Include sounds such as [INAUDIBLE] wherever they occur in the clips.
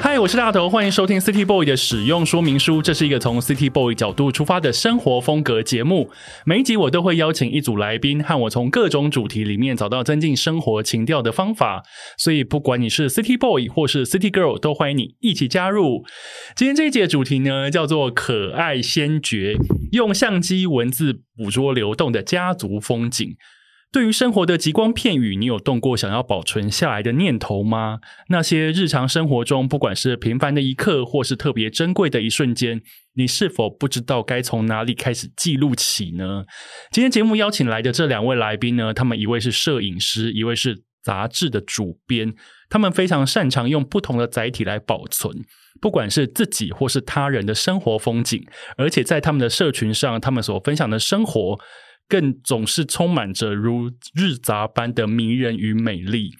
嗨，我是大头，欢迎收听 City Boy 的使用说明书。这是一个从 City Boy 角度出发的生活风格节目。每一集我都会邀请一组来宾，和我从各种主题里面找到增进生活情调的方法。所以，不管你是 City Boy 或是 City Girl，都欢迎你一起加入。今天这一节主题呢，叫做“可爱先觉”，用相机文字捕捉流动的家族风景。对于生活的极光片语，你有动过想要保存下来的念头吗？那些日常生活中，不管是平凡的一刻，或是特别珍贵的一瞬间，你是否不知道该从哪里开始记录起呢？今天节目邀请来的这两位来宾呢，他们一位是摄影师，一位是杂志的主编，他们非常擅长用不同的载体来保存，不管是自己或是他人的生活风景，而且在他们的社群上，他们所分享的生活。更总是充满着如日杂般的迷人与美丽。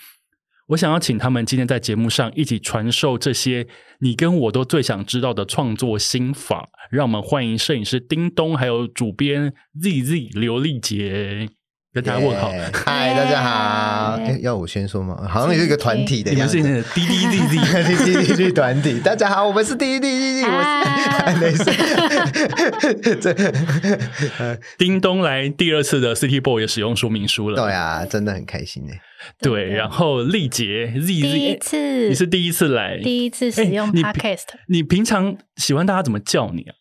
我想要请他们今天在节目上一起传授这些你跟我都最想知道的创作心法。让我们欢迎摄影师叮咚，还有主编 ZZ 刘立杰，跟大家问好。耶嗨，大家好。耶诶要我先说吗？好像是一个团体的你样们子是。那个滴滴 ZZ，第一第一团 [LAUGHS] 体，大家好，我们是第一第一第一，我啊是没事。这叮咚来第二次的 City Boy 的使用说明书了。对啊，真的很开心哎。对，然后立杰 ZZ，第一次，你是第一次来，第一次使用哎你 podcast，你平常喜欢大家怎么叫你啊？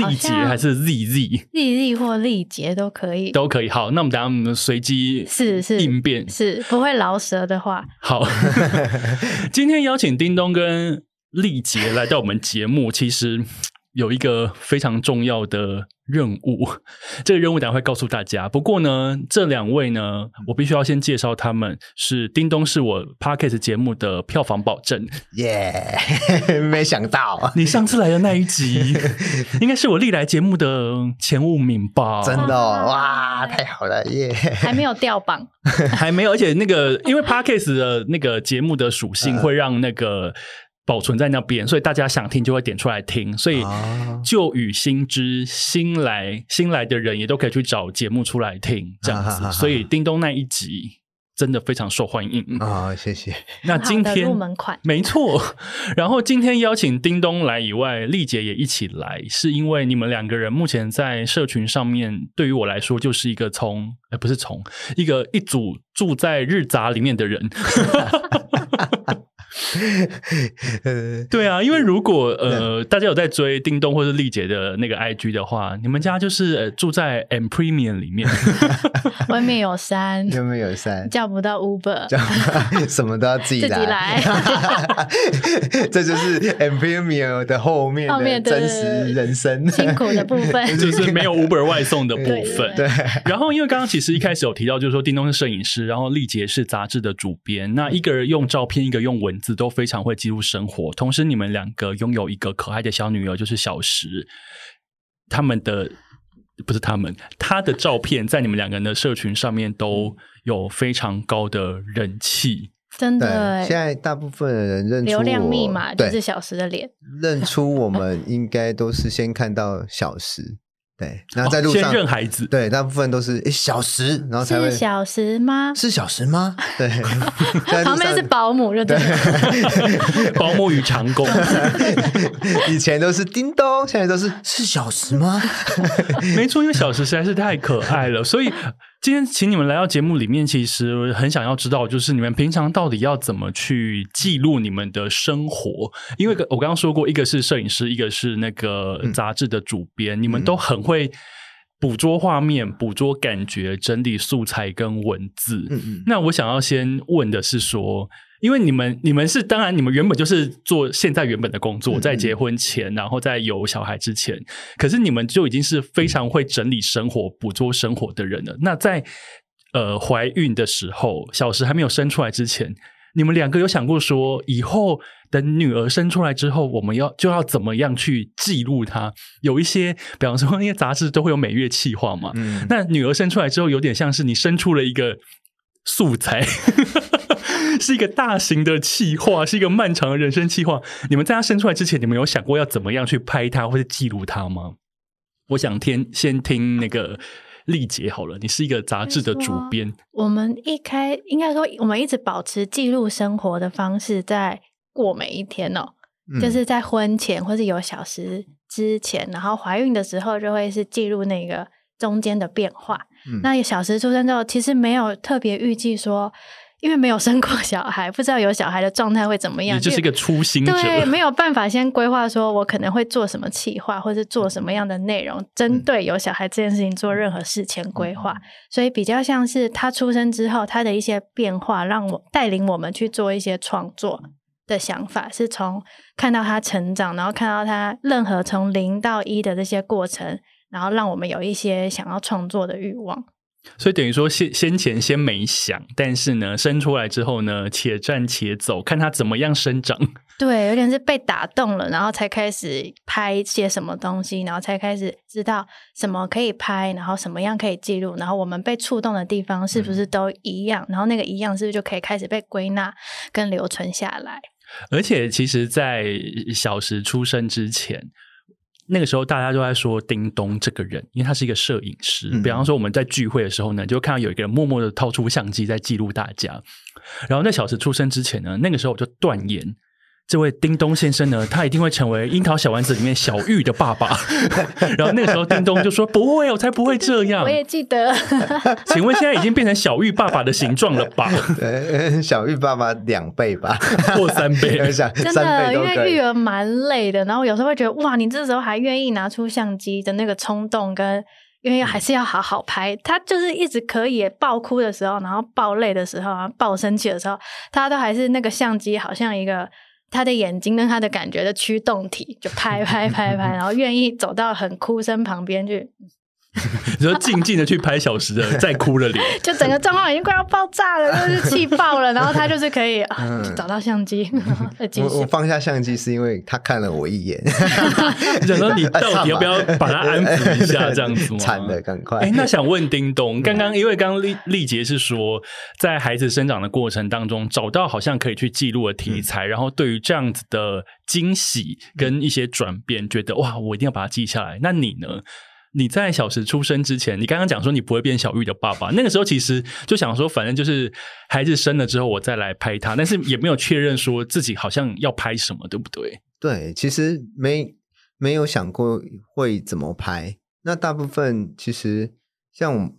好丽杰像还是 ZZ 丽丽或丽杰都可以，都可以。好，那我们等一下我们随机是是应变。是不会饶舌的话，好， [LAUGHS] 今天邀请叮咚跟丽杰来到我们节目，其实有一个非常重要的任务， [LAUGHS] 这个任务等一下会告诉大家。不过呢，这两位呢，嗯我必须要先介绍他们是叮咚是我 Podcast 节目的票房保 [LAUGHS] 证。耶， [LAUGHS] 没想到，你上次来的那一 [LAUGHS] 集，应该是我历来节目的前五名吧？真的哦哇哇，太好了耶！还没有掉榜， [LAUGHS] 还没有，而且那个 [LAUGHS] 因为 podcast 的那个节目的属性嗯会让那个保存在那边，所以大家想听就会点出来听，所以。哦旧与新知，新来新来的人也都可以去找节目出来听，这样啊哈子。哈哈所以叮咚那一集真的非常受欢迎。哦，谢谢。 [LAUGHS] 那啊今很好的天入门款没错。然后今天邀请叮咚来以外，丽姐也一起来，是因为你们两个人目前在社群上面，对于我来说就是一个从，呃，不是从一个一组住在日杂里面的人。呃，对啊，因为如果嗯呃大家有在追叮咚或是丽姐的那个 IG 的话，你们家就是、呃、住在 M Premium 里 [LAUGHS] 面，外面有山，有没有三？叫不到 Uber，这样 [LAUGHS] 什么都要自己自己来 [LAUGHS] 这就是 m p m i o 的后面后的面对真实人生，辛苦的部分， [LAUGHS] 就是没有 Uber 外送的部对分。对，然后，因为刚刚其实一开始有提到，就是说叮咚是摄影师，然后丽杰是杂志的主编。那一个人用照片，一个用文字，都非常会记录生活。同时，你们两个拥有一个可爱的小女儿，就是小石。他们的不是他们，他的照片在你们两个人的社群上面都有非常高的人气。真对的，欸现在大部分的人认出流量我密码就对是小时的脸，认出我们，应该都是先看到小时，对，然后在哦路上先认孩子对，大部分都是诶小时，然哦后才会是小时吗？是小时 [LAUGHS] 吗？对，在路上旁边是保姆，就对了，保姆与长 [LAUGHS] 工，以前都是叮咚，现在都是是小时 [LAUGHS] 吗？没错，因为小石实在是太可爱了，所以今天请你们来到节目里面，其实很想要知道，就是你们平常到底要怎么去记录你们的生活？因为我刚刚说过，一个是摄影师，一个是那个杂志的主编，你们都很会捕捉画面、捕捉感觉、整理素材跟文字。嗯嗯，那我想要先问的是说，因为你们你们是当然你们原本就是做现在原本的工作，嗯在结婚前，然后在有小孩之前，可是你们就已经是非常会整理生活、捕捉生活的人了。那在呃怀孕的时候，小时还没有生出来之前。你们两个有想过说，以后等女儿生出来之后，我们要就要怎么样去记录她？有一些，比方说，因为杂志都会有每月企划嘛，嗯那女儿生出来之后，有点像是你生出了一个素材， [LAUGHS] 是一个大型的企划，是一个漫长的人生企划。你们在它生出来之前，你们有想过要怎么样去拍它或者记录它吗？我想听先听那个丽姐好了，你是一个杂志的主编， [LAUGHS] 我们一开应该说，我们一直保持记录生活的方式，在过每一天哦、嗯就是在婚前或是有小时之前，然后怀孕的时候就会是记录那个中间的变化。嗯那小时出生之后，其实没有特别预计说，因为没有生过小孩，不知道有小孩的状态会怎么样，你就是一个初心者。 [LAUGHS] 对，没有办法先规划说我可能会做什么企划，或是做什么样的内容，针对有小孩这件事情做任何事前嗯规划。所以比较像是他出生之后他的一些变化，让我带领我们去做一些创作的想法，是从看到他成长，然后看到他任何从零到一的这些过程，然后让我们有一些想要创作的欲望。所以等于说先先前先没想，但是呢，生出来之后呢，且战且走，看它怎么样生长。对，有点是被打动了，然后才开始拍一些什么东西，然后才开始知道什么可以拍，然后什么样可以记录，然后我们被触动的地方是不是都一样，然后那个一样是不是就可以开始被归纳跟留存下来？而且其实，在小时出生之前，那个时候大家都在说叮咚这个人，因为他是一个摄影师。嗯比方说我们在聚会的时候呢，就看到有一个人默默的掏出相机在记录大家。然后在小时出生之前呢，那个时候我就断言。这位叮咚先生呢，他一定会成为《樱桃小丸子》里面小玉的爸爸。 [LAUGHS] 然后那个时候，叮咚就说：“不会，我才不会这样我。也记得，请问现在已经变成小玉爸爸的形状了 [LAUGHS] 吧？呃，小玉爸爸两倍吧，或三倍？ [LAUGHS] 想 [LAUGHS] 真三的，嗯倍因都可为育以。儿蛮累的，然后有时候会觉得哇，你这时候还愿意拿出相机的那个冲动跟。因为还是要好好拍，他就是一直可以爆哭的时候，然后爆累的时候，然后爆生气的时候，他都还是那个相机，好像一个他的眼睛跟他的感觉的驱动体，就拍拍拍拍，然后愿意走到很哭声旁边去，你说静静的去拍小时的在哭的脸，就整个状况已经快要爆炸了，就是气爆了，然后他就是可以、啊嗯、就找到相机， [LAUGHS] 呃然后再继续我我放下相机是因为他看了我一眼， [LAUGHS] 想说你到底要不要把它安抚一下，这样子吗？惨了，赶快！嗯哎，那想问叮咚，刚刚因为刚刚丽丽杰是说，在孩子生长的过程当中，找到好像可以去记录的嗯题材，然后对于这样子的惊喜嗯跟一些转变，觉得哇，我一定要把它记下来。那你呢？你在小时出生之前，你刚刚讲说你不会变小玉的爸爸，那个时候其实就想说，反正就是孩子生了之后我再来拍他，但是也没有确认说自己好像要拍什么，对不对？ [LAUGHS] 对，其实没没有想过会怎么拍。那大部分其实像我们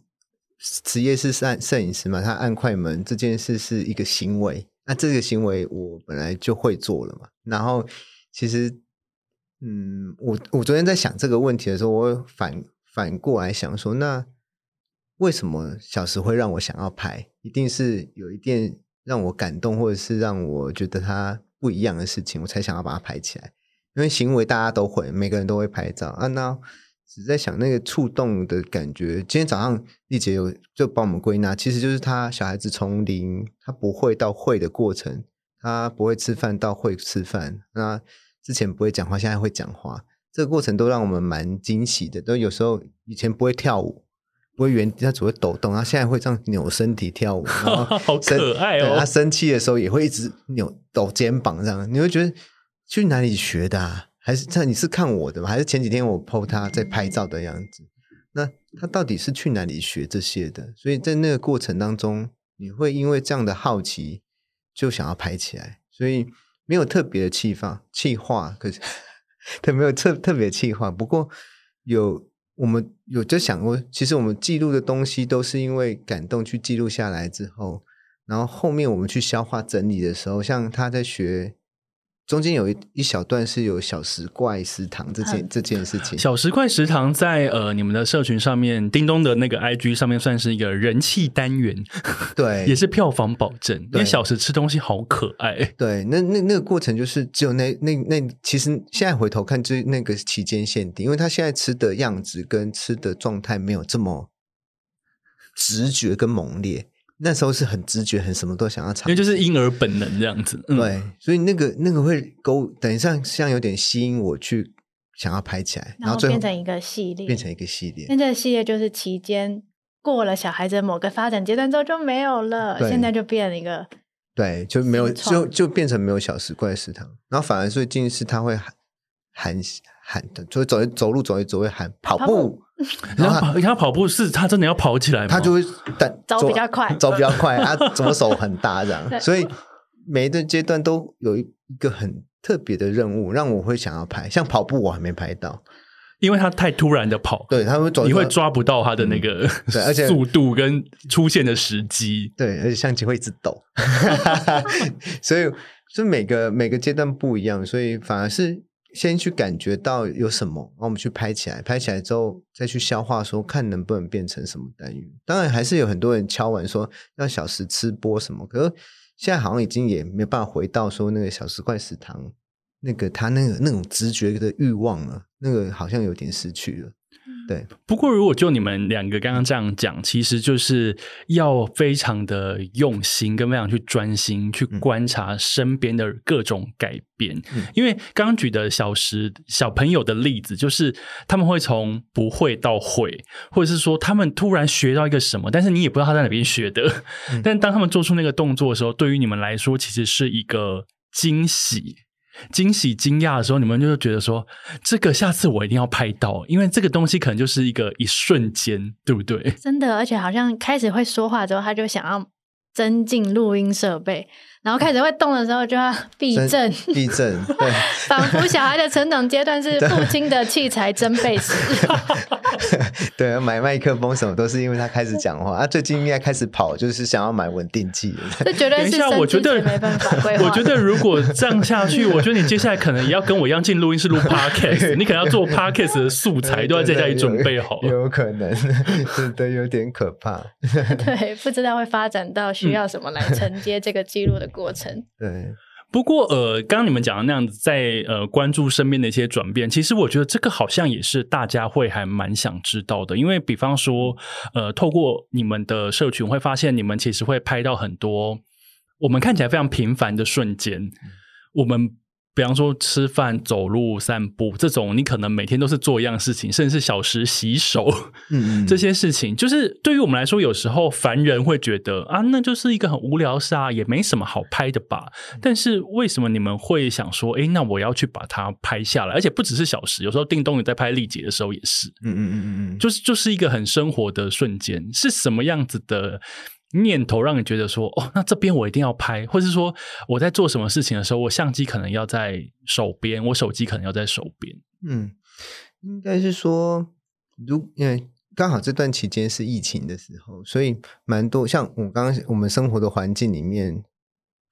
职业是摄摄影师嘛，他按快门这件事是一个行为，那这个行为我本来就会做了嘛。然后其实，嗯，我我昨天在想这个问题的时候，我反反过来想说，那为什么小时会让我想要拍？一定是有一件让我感动，或者是让我觉得它不一样的事情，我才想要把它拍起来。因为行为大家都会，每个人都会拍照啊。那只在想那个触动的感觉。今天早上丽姐有就帮我们归纳，其实就是他小孩子从零，他不会到会的过程，他不会吃饭到会吃饭，那之前不会讲话，现在会讲话，这个过程都让我们蛮惊喜的。都有时候以前不会跳舞，不会原地，他只会抖动，他现在会这样扭身体跳舞，然后 [LAUGHS] 好生可爱哦对啊他生气的时候也会一直扭抖肩膀这样，你会觉得去哪里学的、啊？还是这你是看我的吗？还是前几天我 PO 他在拍照的样子？那他到底是去哪里学这些的？所以在那个过程当中，你会因为这样的好奇就想要拍起来，所以没有特别的气放气化，可是他没有特特别气化。不过有我们有就想过，其实我们记录的东西都是因为感动去记录下来之后，然后后面我们去消化整理的时候，像他在学。中间有一一小段是有小食怪食堂这件、嗯这件事情，小石块食堂在呃你们的社群上面，叮咚的那个 IG 上面算是一个人气单元，对，也是票房保证。因为对小石吃东西好可爱，对，那那那个过程就是只有那那那，其实现在回头看，就是那个期间限定，因为他现在吃的样子跟吃的状态没有这么直觉跟猛烈，那时候是很直觉，很什么都想要尝因为就是婴儿本能这样子。嗯、，对，所以那个那个会勾，等一下像有点吸引我去想要拍起来，然后最后变成一个系列，变成一个系列那，这个系列就是期间过了小孩子的某个发展阶段之后就没有了，对现在就变了一个对，就没有新就创就变成没有小食怪食堂，然后反而最近是他会喊喊喊的，就走一走路走一走会喊跑跑步步，然然后后跑，他跑步是他真的要跑起来吗？他就会但 [LAUGHS] 走比较快走比较 [LAUGHS] 快，啊，左手很大这对样，所以每一个阶段都有一一个很特别的任务，让我会想要拍，像跑步我还没拍到，因为他太突然的跑，对，他会走，嗯你会，抓不到他的那个对而且速度跟出现的时机。对，而且相机会一直抖， [LAUGHS] 所以就每个每个阶段不一样，所以反而是先去感觉到有什么，然后我们去拍起来，拍起来之后再去消化说看能不能变成什么单元。当然还是有很多人敲完说要小时吃播什么，可是现在好像已经也没办法回到说那个小时怪食堂。那个他那个那种直觉的欲望了，那个好像有点失去了。对，不过，如果就你们两个刚刚这样讲，其实就是要非常的用心，跟非常去专心去观察身边的各种改变。嗯因为刚刚举的小时小朋友的例子，就是他们会从不会到会，或者是说他们突然学到一个什么，但是你也不知道他在哪边学的。嗯 [LAUGHS] 但当他们做出那个动作的时候，对于你们来说，其实是一个惊喜。惊喜、惊讶的时候，你们就会觉得说，这个下次我一定要拍到，因为这个东西可能就是一个一瞬间，对不对？真的，而且好像开始会说话之后，他就想要增进录音设备，然后开始会动的时候就要避震，地震，对，仿佛小孩的成长阶段是父亲的器材增倍时。对，买麦克风什么都是因为他开始讲话，啊，最近应该开始跑，就是想要买稳定器 [LAUGHS] 了。这绝等对一是下，生我觉之得前没办 [LAUGHS] 法规，划。我觉得如果这样下去，我觉得你接下来可能也要跟我一样进录音室录 [LAUGHS] podcast，你可能要做 podcast 的素材都要在家里准备好了。 [LAUGHS] 有有可能，真的有点可怕。对，不知道会发展到嗯需要什么来承接这个记录的过程。对，不过，呃，刚刚你们讲的那样子，在呃关注身边的一些转变，其实我觉得这个好像也是大家会还蛮想知道的，因为比方说，呃，透过你们的社群会发现，你们其实会拍到很多我们看起来非常平凡的瞬间，我们。比方说吃饭、走路、散步这种，你可能每天都是做一样事情，甚至是小时洗手，嗯这些事情，就是对于我们来说，有时候凡人会觉得啊，那就是一个很无聊的事啊，也没什么好拍的吧。嗯但是为什么你们会想说，诶，那我要去把它拍下来？而且不只是小时，有时候定东你在拍丽姐的时候也是，嗯嗯嗯嗯嗯，就就是就是一个很生活的瞬间，是什么样子的？念头让你觉得说哦，那这边我一定要拍，或是说我在做什么事情的时候，我相机可能要在手边，我手机可能要在手边。嗯，应该是说，如嗯。刚好这段期间是疫情的时候，所以蛮多像我刚刚我们生活的环境里面，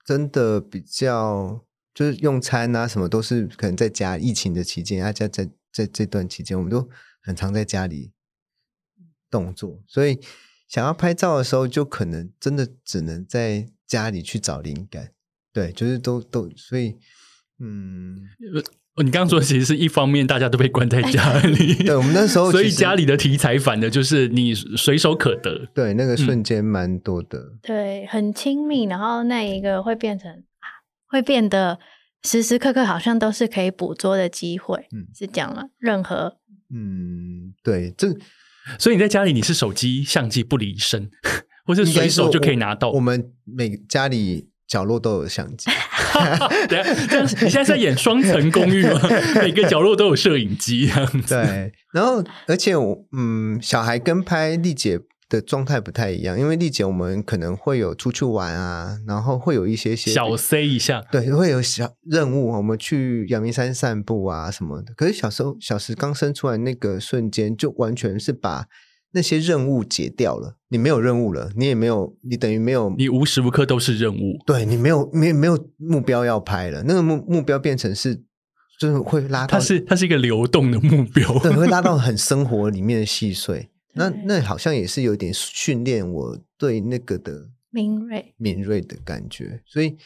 真的比较就是用餐啊什么都是可能在家疫情的期间啊，在在在这段期间，我们都很常在家里动作，所以想要拍照的时候，就可能真的只能在家里去找灵感。对，就是都都，所以嗯，哦你刚刚说，其实是一方面大家都被关在家里， [LAUGHS] 对我们那时候所以其实家里的题材反的就是你随手可得。对那个嗯瞬间蛮多的。对，很亲密，然后那一个会变成，啊会变得时时刻刻好像都是可以捕捉的机会，嗯是这样吗？任何嗯，对，这所以你在家里你是手机相机不离身， [LAUGHS] 或是应该随手说就可以我拿到我。们每家里角落都有相 [LAUGHS] 机，等一下，啊这样你现在是在演双层公寓吗？ [LAUGHS] 每个角落都有摄影机这样子。对。然后，而且我嗯，小孩跟拍丽姐的状态不太一样，因为丽姐我们可能会有出去玩啊，然后会有一些些小 C 一下，对，会有小任务，我们去阳明山散步啊什么的。可是小时候，小时刚生出来那个瞬间，就完全是把那些任务解掉了。你没有任务了，你也没有，你等于没有你无时无刻都是任务。对你没有没没有目标要拍了，那个目目标变成是，就是会拉到，它是它是一个流动的目标， [LAUGHS] 对，会拉到 [LAUGHS] 很生活里面的细碎。那对那好像也是有点训练我对那个的敏锐，敏锐的感觉，所以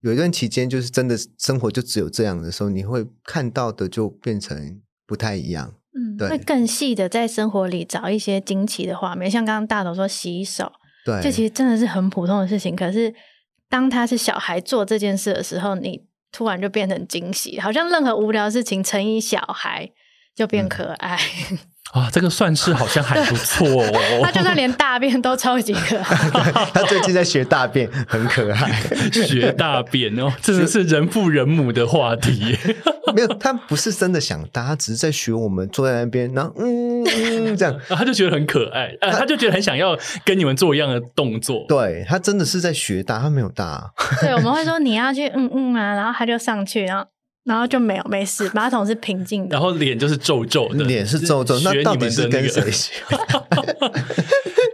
有一段期间就是真的生活就只有这样的时候，你会看到的就变成不太一样。嗯，对会更细的在生活里找一些惊奇的画面，像刚刚大头说洗手，对，这 [LAUGHS] 其实真的是很普通的事情，可是当他是小孩做这件事的时候，你突然嗯哦就变成惊喜，好像任何无聊的事情乘以小孩就变可爱。啊，这个算是好像还不错哦。 [LAUGHS] 他就 [LAUGHS] 算连大便都超级可爱，他最近在学大便，很可爱。 [LAUGHS] 学大便哦，真的是人父人母的话 [LAUGHS] 题。没有，他不是真的想搭，他只是在学我们坐在那边，然后嗯嗯这样。啊他就觉得很可爱，啊，他就觉得很想要跟你们做一样的动作。对他真的是在学搭，他没有搭。对，我们会说你要去嗯嗯啊，然后他就上去，然后然后就没有没事，马桶是平静的然。后脸哦就是皱皱的，脸是皱皱，学那到你底们的是那跟个谁学？ [LAUGHS]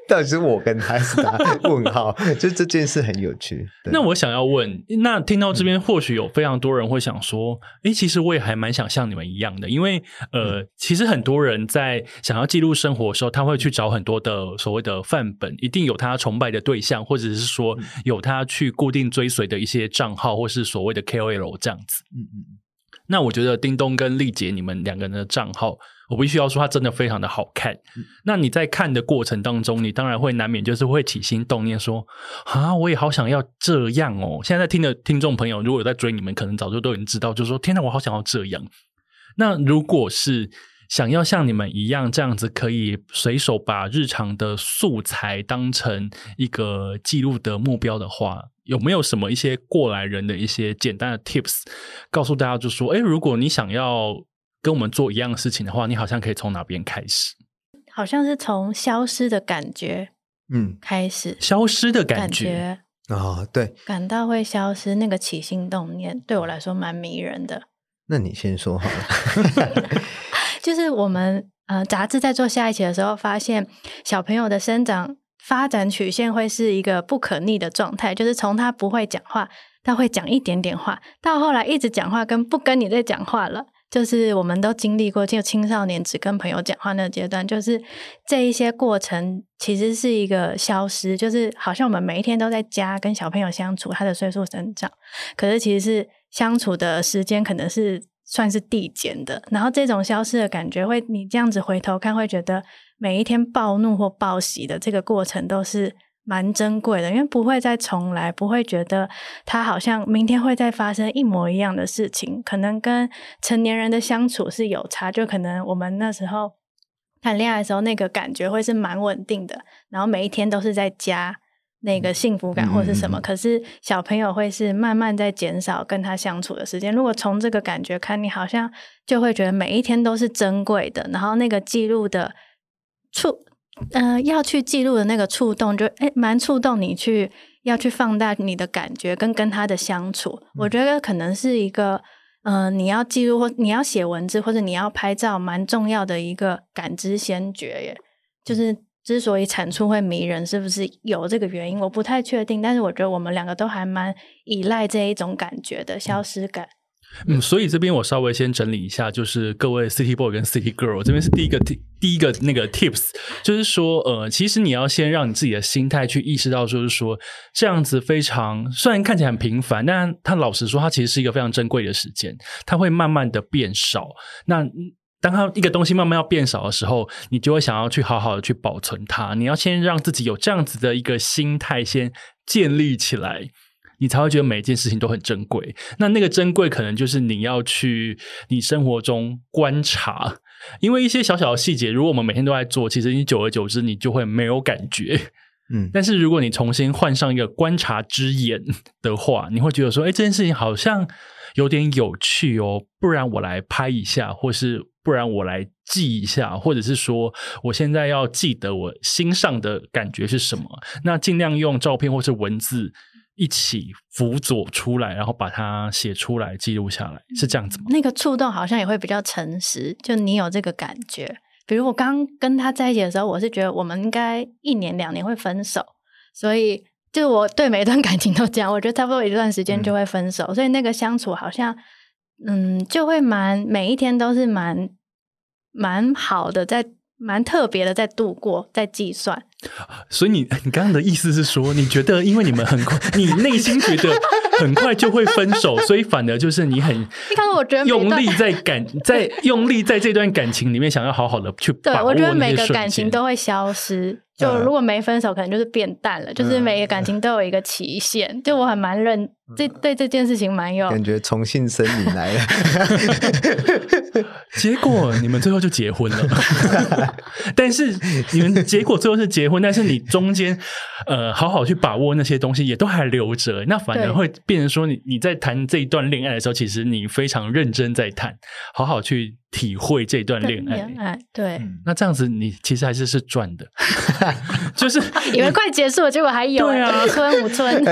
到底是我跟他还是 [LAUGHS] 他？问号，就这件事很有趣。对嗯那我想要问，那听到这边，或许有非常多人会想说，诶，其实我也还蛮想像你们一样的，因为嗯呃，其实很多人在想要记录生活的时候，他会去找很多的所谓的范本，一定有他崇拜的对象，或者是说嗯有他去固定追随的一些账号，或是所谓的 KOL 这样子。嗯嗯，那我觉得叮咚跟丽姐你们两个人的账号，我必须要说，它真的非常的好看。嗯那你在看的过程当中，你当然会难免就是会起心动念说，啊，我也好想要这样哦。现在在听的听众朋友，如果有在追你们，可能早就都已经知道，就说天哪，我好想要这样。那如果是想要像你们一样这样子，可以随手把日常的素材当成一个记录的目标的话，有没有什么一些过来人的一些简单的 tips，告诉大家就说，哎，如果你想要跟我们做一样的事情的话，你好像可以从哪边开始？好像是从消失的感觉嗯开始，消失的感感觉，哦，对，感到会消失，那个起心动念对我来说蛮迷人的。那你先说好了。就是我们呃杂志在做下一期的时候，发现小朋友的生长发展曲线会是一个不可逆的状态，就是从他不会讲话到会讲一点点话，到后来一直讲话跟不跟你在讲话了。就是我们都经历过，就青少年只跟朋友讲话那个阶段，就是这一些过程其实是一个消失，就是好像我们每一天都在家跟小朋友相处，他的岁数增长，可是其实是相处的时间可能是算是递减的，然后这种消失的感觉会，你这样子回头看，会觉得每一天暴怒或暴喜的这个过程都是蛮珍贵的，因为不会再重来，不会觉得他好像明天会再发生一模一样的事情，可能跟成年人的相处是有差，就可能我们那时候。谈恋爱的时候，那个感觉会是蛮稳定的，然后每一天都是在家，那个幸福感嗯或是什嗯么嗯嗯可是小朋友会是慢慢在减少跟他相处的时间。如果从这个感觉看，你好像就会觉得每一天都是珍贵的，然后那个记录的触，呃，要去记录的那个触动就，诶蛮触动你去要去放大你的感觉跟跟他的相处。嗯我觉得可能是一个。嗯、你要记录或你要写文字，或者你要拍照，蛮重要的一个感知先觉耶。就是之所以产出会迷人，是不是有这个原因？我不太确定，但是我觉得我们两个都还蛮依赖这一种感觉的消失感。嗯，所以这边我稍微先整理一下，就是各位 City Boy 跟 City Girl，这边是第一个 ti- 第一个那个 Tips，就是说，呃，其实你要先让你自己的心态去意识到，就是说这样子非常虽然看起来很平凡，但它老实说，它其实是一个非常珍贵的时间，它会慢慢的变少。那嗯当它一个东西慢慢要变少的时候，你就会想要去好好的去保存它。你要先让自己有这样子的一个心态，先建立起来，你才会觉得每一件事情都很珍贵。那那个珍贵，可能就是你要去你生活中观察，因为一些小小的细节，如果我们每天都在做，其实你久而久之你就会没有感觉。嗯，但是如果你重新换上一个观察之眼的话，你会觉得说，哎，这件事情好像有点有趣哦，不然我来拍一下，或是不然我来记一下，或者是说我现在要记得我心上的感觉是什么，那尽量用照片或是文字。一起辅佐出来，然后把它写出来、记录下来，是这样子吗？那个触动好像也会比较诚实，就你有这个感觉。比如我刚跟他在一起的时候，我是觉得我们应该一年两年会分手，所以就我对每一段感情都这样，我觉得差不多一段时间就嗯会分手，所以那个相处好像，嗯，就会蛮每一天都是蛮蛮好的，在蛮特别的在度过，在计算。所以你你刚刚的意思是说，你觉得因为你们很快，你内心觉得很快就会分手，所以反而就是你很一开始我觉得每一用段力在 [LAUGHS] 感在用力在这段感情里面想要好好的去对把握我觉得那每些个瞬感情间都会消失，就嗯如果没分手，可能就是变淡了。就是嗯每个感情都有一个期限。就我还蛮认这对这件事情蛮有感觉重庆森林来了， [LAUGHS] 结果你们最后就结 [LAUGHS] 婚了，但是你们结果最后是结婚，但是你中间呃好好去把握那些东西也都还留着，那反而对会变成说你你在谈这一段恋爱的时候，其实你非常认真在谈，好好去体会这段恋爱。嗯爱，对，那这样子你其实还是是赚 [LAUGHS] 的，就是以为快结束了，结果还有哎对啊五村五 [LAUGHS] 村，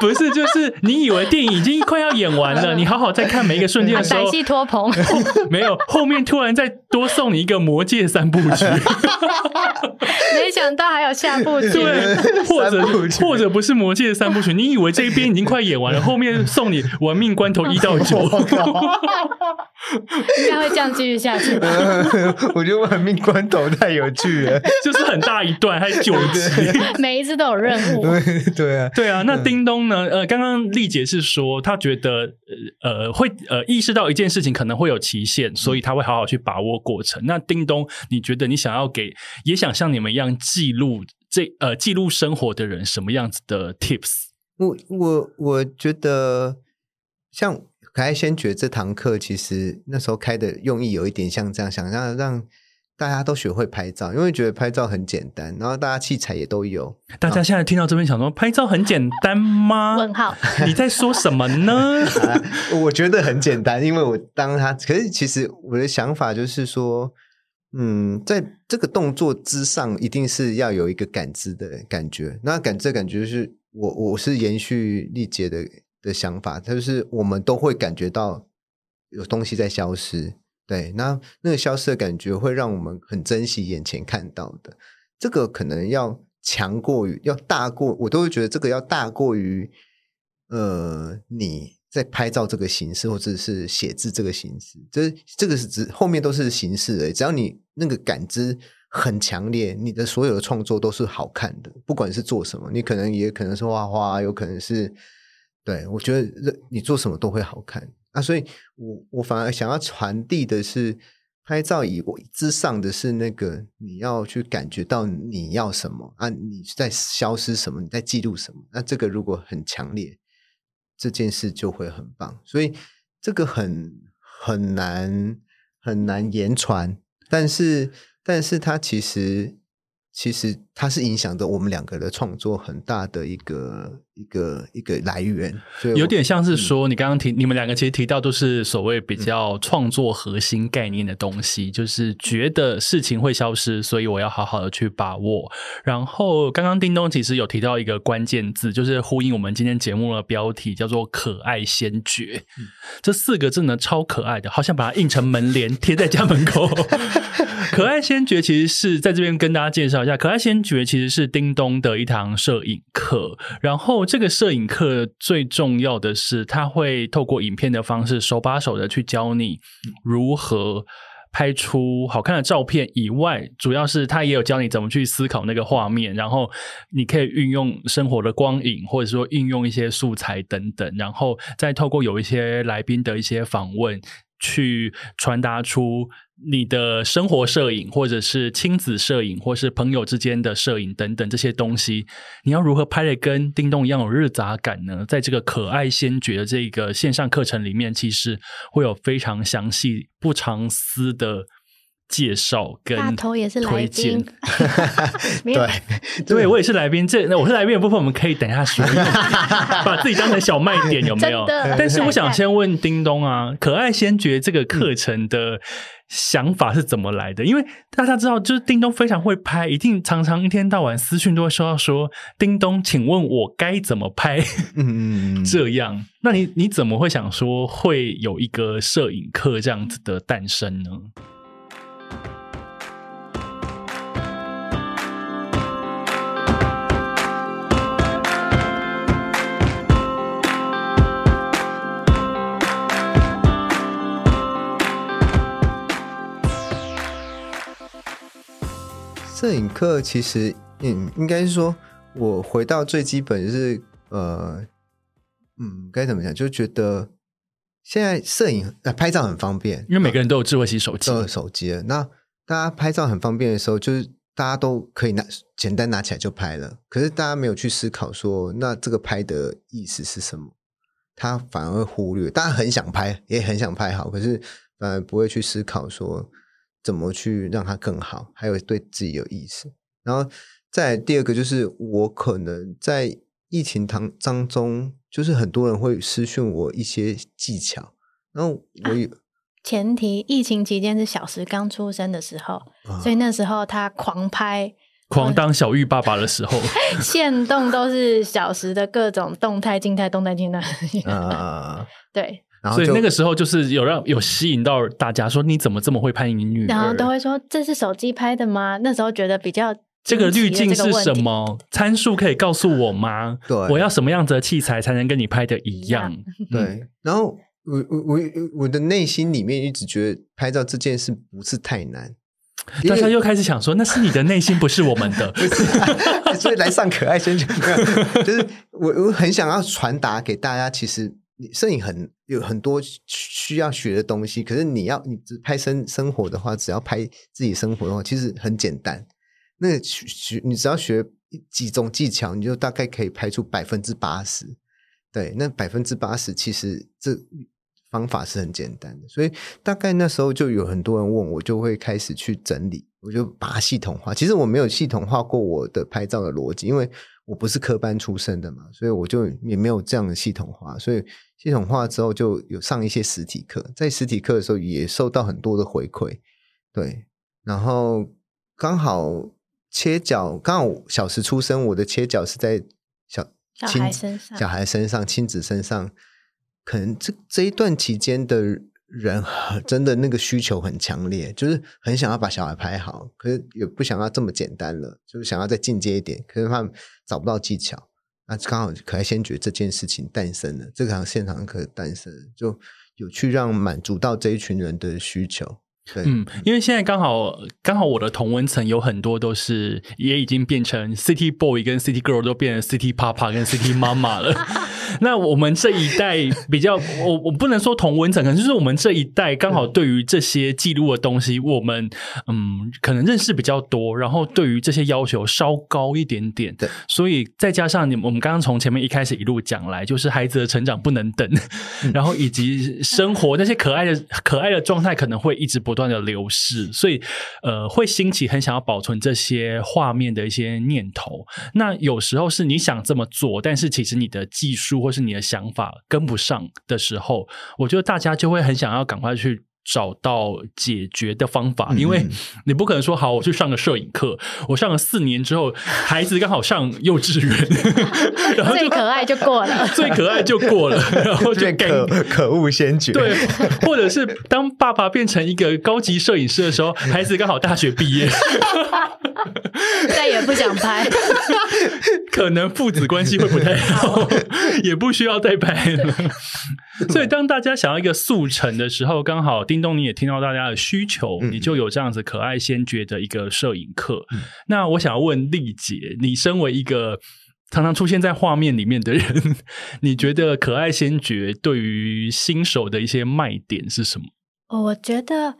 不是就是你以为电影已经快要演完 [LAUGHS] 了，你好好在看每一个瞬间的时候啊歹，戏托棚， [LAUGHS] 没有后面突然再多送你一个《魔戒》三部曲。 [LAUGHS] 没想到还有下 [LAUGHS] 部剧。对，或三部者曲或者不是魔界的三部曲，你以为这一边已经快演完 [LAUGHS] 了，后面送你《玩命关头》一到九，应该会这样继续 [LAUGHS] 下去吧。我觉得玩命关头太有趣了。 [LAUGHS] [LAUGHS] 就是很大一段，还有九集。每一次都有任务，对啊， [LAUGHS] 对啊，那叮咚呢？呃，刚刚丽姐是说，她觉得呃会呃意识到一件事情可能会有期限，所以她会好好去把握过程。那叮咚，你觉得你想要给也想像你们一样记录这呃记录生活的人什么样子的 tips？我我我觉得，像可爱先觉这堂课，其实那时候开的用意有一点像这样，想让让大家都学会拍照，因为觉得拍照很简单，然后大家器材也都有。大家现在听到这边想说，拍照很简单吗？问号。你在说什么呢？啊 [LAUGHS] 我觉得很简单，因为我当他，可是其实我的想法就是说，嗯，在这个动作之上，一定是要有一个感知的感觉。那感知的感觉就是我我是延续丽姐的的想法，它就是我们都会感觉到有东西在消失。对，那那个消失的感觉会让我们很珍惜眼前看到的，这个可能要强过于，要大过，我都会觉得这个要大过于，呃，你在拍照这个形式或者是写字这个形式，这这个是只后面都是形式而已，只要你那个感知很强烈，你的所有的创作都是好看的，不管是做什么，你可能也可能是画画，啊有可能是，对我觉得任你做什么都会好看啊，所以我我反而想要传递的是。拍照以之上的是那个你要去感觉到你要什么啊，你在消失什么，你在记录什么。那这个如果很强烈，这件事就会很棒。所以这个很很难很难言传，但是但是它其实其实它是影响着我们两个的创作很大的一个一个一个来源，所以我有点像是说，你刚刚提你们两个其实提到都是所谓比较创作核心概念的东西，就是觉得事情会消失，所以我要好好的去把握。然后刚刚叮咚其实有提到一个关键字，就是呼应我们今天节目的标题，叫做“可爱先觉”。这四个字呢，超可爱的，好想把它印成门帘贴在家门口。可爱先觉其实是在这边跟大家介绍一下，可爱先觉其实是叮咚的一堂摄影课。然后这个摄影课最重要的是，它会透过影片的方式，手把手的去教你如何。拍出好看的照片以外，主要是它也有教你怎么去思考那个画面，然后你可以运用生活的光影，或者说运用一些素材等等，然后再透过有一些来宾的一些访问，去传达出你的生活摄影，或者是亲子摄影，或是朋友之间的摄影等等这些东西，你要如何拍的跟叮咚一样有日杂感呢？在这个可爱先觉的这个线上课程里面，其实会有非常详细、不藏私的介绍跟大头也是来推荐宾， [LAUGHS] 没有对对我也是来宾，这那我是来宾的部分，我们可以等一下说，把自己当成小卖点有没有真的？但是我想对先问叮咚啊，可爱先觉这个课程的想法是怎么来的？因为大家知道，就是叮咚非常会拍，一定常常一天到晚私讯都会收到说，叮咚，请问我该怎么拍？ [LAUGHS] 嗯，这样，那你你怎么会想说会有一个摄影课这样子的诞生呢？摄影课其实，嗯，应该是说，我回到最基本就是，呃，嗯，该怎么讲？就觉得现在摄影、呃、拍照很方便，因为每个人都有智慧型手机，都有手机了。那大家拍照很方便的时候，就是大家都可以拿简单拿起来就拍了，可是大家没有去思考说，那这个拍的意思是什么？他反而会忽略。大家很想拍，也很想拍好，可是反而不会去思考说怎么去让它更好，还有对自己有意思。然后再来第二个就是，我可能在疫情当当中，就是很多人会私讯我一些技巧，然后我也、前提疫情期间是小石刚出生的时候，啊所以那时候他狂拍狂当小玉爸爸的时候， [LAUGHS] 现动都是小时的各种动态、静态、动态、静态。 [LAUGHS] 呃，对，然后所以就那个时候就是有让有吸引到大家说你怎么这么会拍你女儿？然后都会说这是手机拍的吗？那时候觉得比较这个惊滤奇镜的是这个问什题？么？参数可以告诉我吗？ [LAUGHS] 对我要什么样子的器材才能跟你拍的一样？嗯对，然后我我我我的内心里面一直觉得拍照这件事不是太难， [LAUGHS] 因大为家又开始想说，那是你的内心，不是我们 [LAUGHS] 的。所以来上可爱先生，没有就是我我很想要传达给大家，其实你摄影很有很多需需要学的东西，可是你要你只拍生生活的话，只要拍自己生活的话，其实很简单。那个学学你只要学几种技巧，你就大概可以拍出百分之八十。对，那百分之八十其实这方法是很简单的，所以大概那时候就有很多人问我，就会开始去整理，我就把它系统化。其实我没有系统化过我的拍照的逻辑，因为我不是科班出身的嘛，所以我就也没有这样的系统化。所以系统化之后，就有上一些实体课，在实体课的时候也受到很多的回馈，对，然后刚好切角，刚好小时出生，我的切角是在小小亲孩身上小孩身上、亲子身上，可能这这一段期间的人很真的那个需求很强烈，就是很想要把小孩拍好，可是也不想要这么简单了，就是想要再进阶一点，可是他们找不到技巧。那刚好可爱先觉这件事情诞生了，这堂现场课诞生了，就有去让满足到这一群人的需求。对，嗯，因为现在刚好刚好我的同温层有很多都是也已经变成 City Boy 跟 City Girl 都变成 City Papa 跟 City Mama 了。那我们这一代比较，我我不能说同温层，可能就是我们这一代刚好对于这些记录的东西，我们嗯可能认识比较多，然后对于这些要求稍高一点点。对，所以再加上你们我们刚刚从前面一开始一路讲来，就是孩子的成长不能等，然后以及生活那些可爱的可爱的状态可能会一直不断的流逝，所以呃会兴起很想要保存这些画面的一些念头。那有时候是你想这么做，但是其实你的技术或是你的想法跟不上的时候，我觉得大家就会很想要赶快去。找到解决的方法，嗯因为嗯你不可能说好，我去上个摄影课，我上了四年之后，孩子刚好上幼稚园， [LAUGHS] 然后最就。可爱就过了 [LAUGHS] 最可爱就过了，然后就变尴可可恶先觉，对，或者是当爸爸变成一个高级摄影师的时候，孩子刚好大学毕业，再也不想拍，可能父子关系会不太好，也不需要再拍了。 [LAUGHS] 所以，当大家想要一个速成的时候，刚好叮咚你也听到大家的需求，嗯你就有这样子可爱先觉的一个摄影课。那我想要问丽姐，你身为一个常常出现在画面里面的人， [LAUGHS] 你觉得可爱先觉对于新手的一些卖点是什么？ [LAUGHS] 我觉得，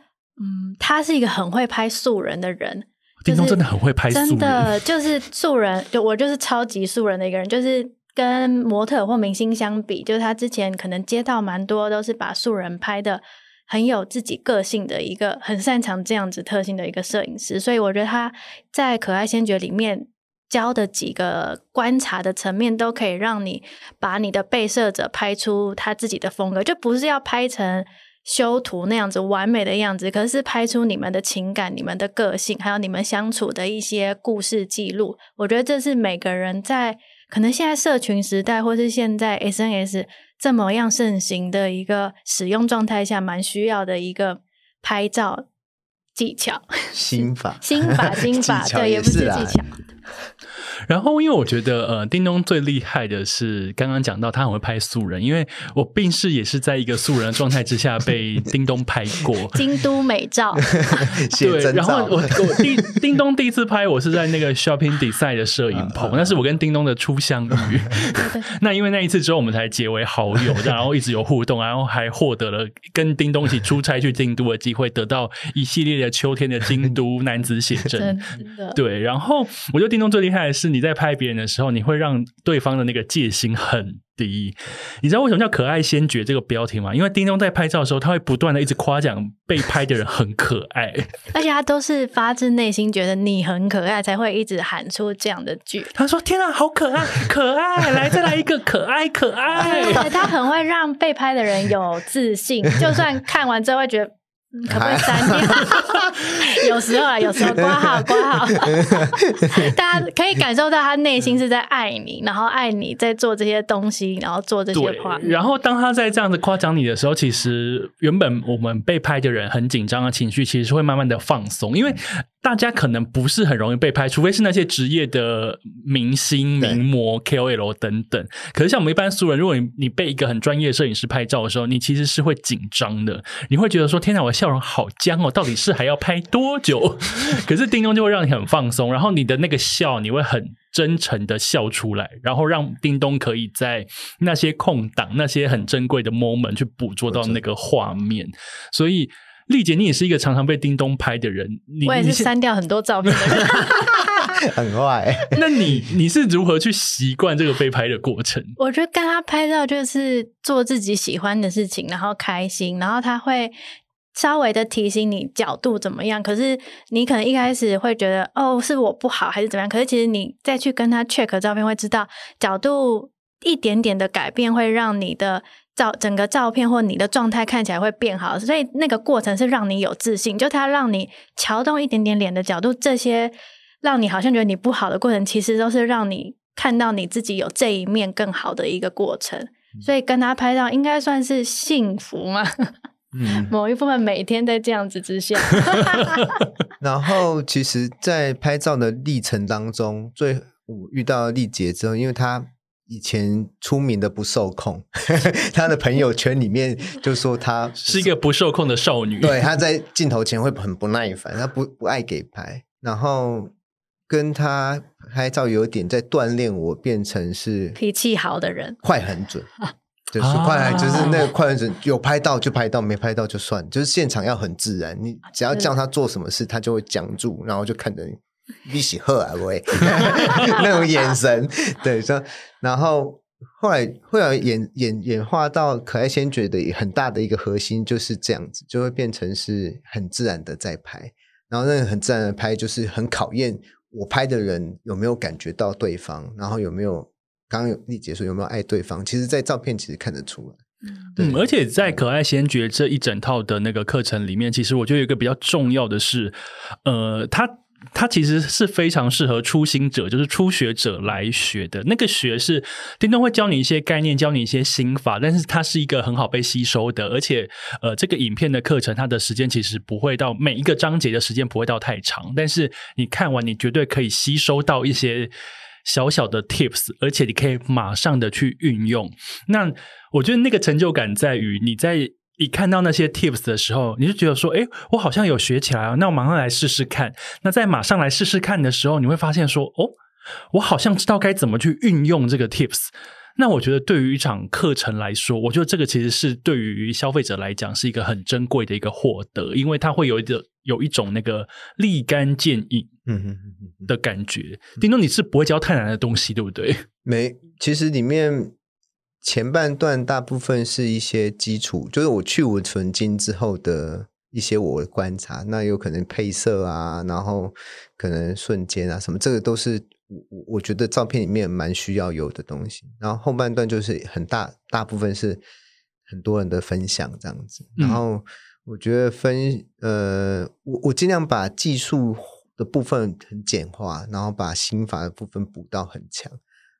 嗯，他是一个很会拍素人的人，叮就咚是真的很会拍素真人，的就是素人，就我就是超级素人的一个人，就是跟模特或明星相比，就是他之前可能接到蛮多都是把素人拍的很有自己个性的一个，很擅长这样子特性的一个摄影师，所以我觉得他在《可爱先觉》里面。教的几个观察的层面，都可以让你把你的被摄者拍出他自己的风格，就不是要拍成修图那样子完美的样子，可是拍出你们的情感、你们的个性，还有你们相处的一些故事记录。我觉得这是每个人在可能现在社群时代，或是现在 SNS 这么样盛行的一个使用状态下，蛮需要的一个拍照技巧、心法，心法、心法， [LAUGHS] 技巧对，也也不是啦技巧。。然后，因为我觉得，呃，叮咚最厉害的是刚刚讲到他很会拍素人，因为我病逝也是在一个素人的状态之下被叮咚拍过 [LAUGHS] 京都美照， [LAUGHS] 写对，真然后照我，我第叮咚第一次拍，我是在那个 shopping design 的摄影嗯棚，那是我跟叮咚的初相 [LAUGHS] 遇。那因为那一次之后，我们才结为好友，然后一直有互动，然后还获得了跟叮咚一起出差去京都的机会，得到一系列的秋天的京都男子写真真。的，对，然后我觉得叮咚最厉害的是，你在拍别人的时候，你会让对方的那个戒心很低。你知道为什么叫“可爱先觉”这个标题吗？因为叮咚在拍照的时候，他会不断的一直夸奖被拍的人很可爱。而且他都是发自内心觉得你很可爱，才会一直喊出这样的句。他说：“天啊，好可爱，可爱！来，再来一个可爱，可 [LAUGHS] 爱。”对，他很会让被拍的人有自信，就算看完之后会觉得。嗯可不可以删掉？有时候啊，有时候挂号挂号，大家可以感受到他内心是在爱你，然后爱你在做这些东西，然后做这些对话，，嗯然后当他在这样子夸奖你的时候，其实原本我们被拍的人很紧张的情绪，其实会慢慢的放松，因为大家可能不是很容易被拍，除非是那些职业的明星、对名模、KOL 等等。可是像我们一般素人，如果你你被一个很专业的摄影师拍照的时候，你其实是会紧张的，你会觉得说：“天哪，我的笑容好僵哦，到底是还要拍多久？” [LAUGHS] 可是叮咚就会让你很放松，然后你的那个笑你会很真诚的笑出来，然后让叮咚可以在那些空档、那些很珍贵的 moment 去捕捉到那个画 [LAUGHS] 面。所以，丽姐，你也是一个常常被叮咚拍的人，你我也你是删掉很多照片的人。很坏，那你你是如何去习惯这个被拍的过程？我觉得跟他拍照就是做自己喜欢的事情，然后开心，然后他会稍微的提醒你角度怎么样。可是你可能一开始会觉得哦，是我不好还是怎么样？可是其实你再去跟他 check 照片，会知道角度一点点的改变会让你的。照整个照片或你的状态看起来会变好，所以那个过程是让你有自信，就它让你调动一点点脸的角度，这些让你好像觉得你不好的过程，其实都是让你看到你自己有这一面更好的一个过程。所以跟他拍照应该算是幸福 [LAUGHS] 嘛，嗯。某一部分每天在这样子之下，然后其实，在拍照的历程当中，最我遇到丽姐之后，因为她以前出名的不受控， [LAUGHS] 她的朋友圈里面就说她是一个不受控的少女，对，她在镜头前会很不耐烦，她不不爱给拍，然后跟她拍照有点在锻炼我变成是脾气好的人，快很准，就是啊快，就是那个快很准，有拍到就拍到，没拍到就算，就是现场要很自然。你只要叫他做什么事，他就会僵住，然后就看着你，你喜喝啊 [LAUGHS] 喂，那种眼神，对，说，然后后来后来演演演化到可爱先觉的很大的一个核心就是这样子，就会变成是很自然的在拍，然后那个很自然的拍就是很考验我拍的人有没有感觉到对方，然后有没有刚刚有丽姐说有没有爱对方，其实，在照片其实看得出来。嗯，而且在《可爱先觉》这一整套的那个课程里面，其实我觉得有一个比较重要的是，呃，它它其实是非常适合初心者，就是初学者来学的。那个学是叮咚会教你一些概念，教你一些心法，但是它是一个很好被吸收的，而且呃，这个影片的课程它的时间其实不会到每一个章节的时间不会到太长，但是你看完你绝对可以吸收到一些。小小的 tips，而且你可以马上的去运用，那我觉得那个成就感在于你在一看到那些 tips 的时候，你就觉得说，哎，我好像有学起来啊，那我马上来试试看。那在马上来试试看的时候，你会发现说，哦，我好像知道该怎么去运用这个 tips。那我觉得对于一场课程来说，我觉得这个其实是对于消费者来讲是一个很珍贵的一个获得，因为它会有一个有一种那个立竿见影嗯哼哼哼哼，的感觉。叮咚，你是不会教太难的东西，对不对？没，其实里面前半段大部分是一些基础，就是我去无存精之后的一些我的观察，那有可能配色啊，然后可能瞬间啊什么，这个都是我我我觉得照片里面蛮需要有的东西。然后后半段就是很大大部分是很多人的分享这样子，嗯然后我觉得分呃，我我尽量把技术的部分很简化，然后把心法的部分补到很强。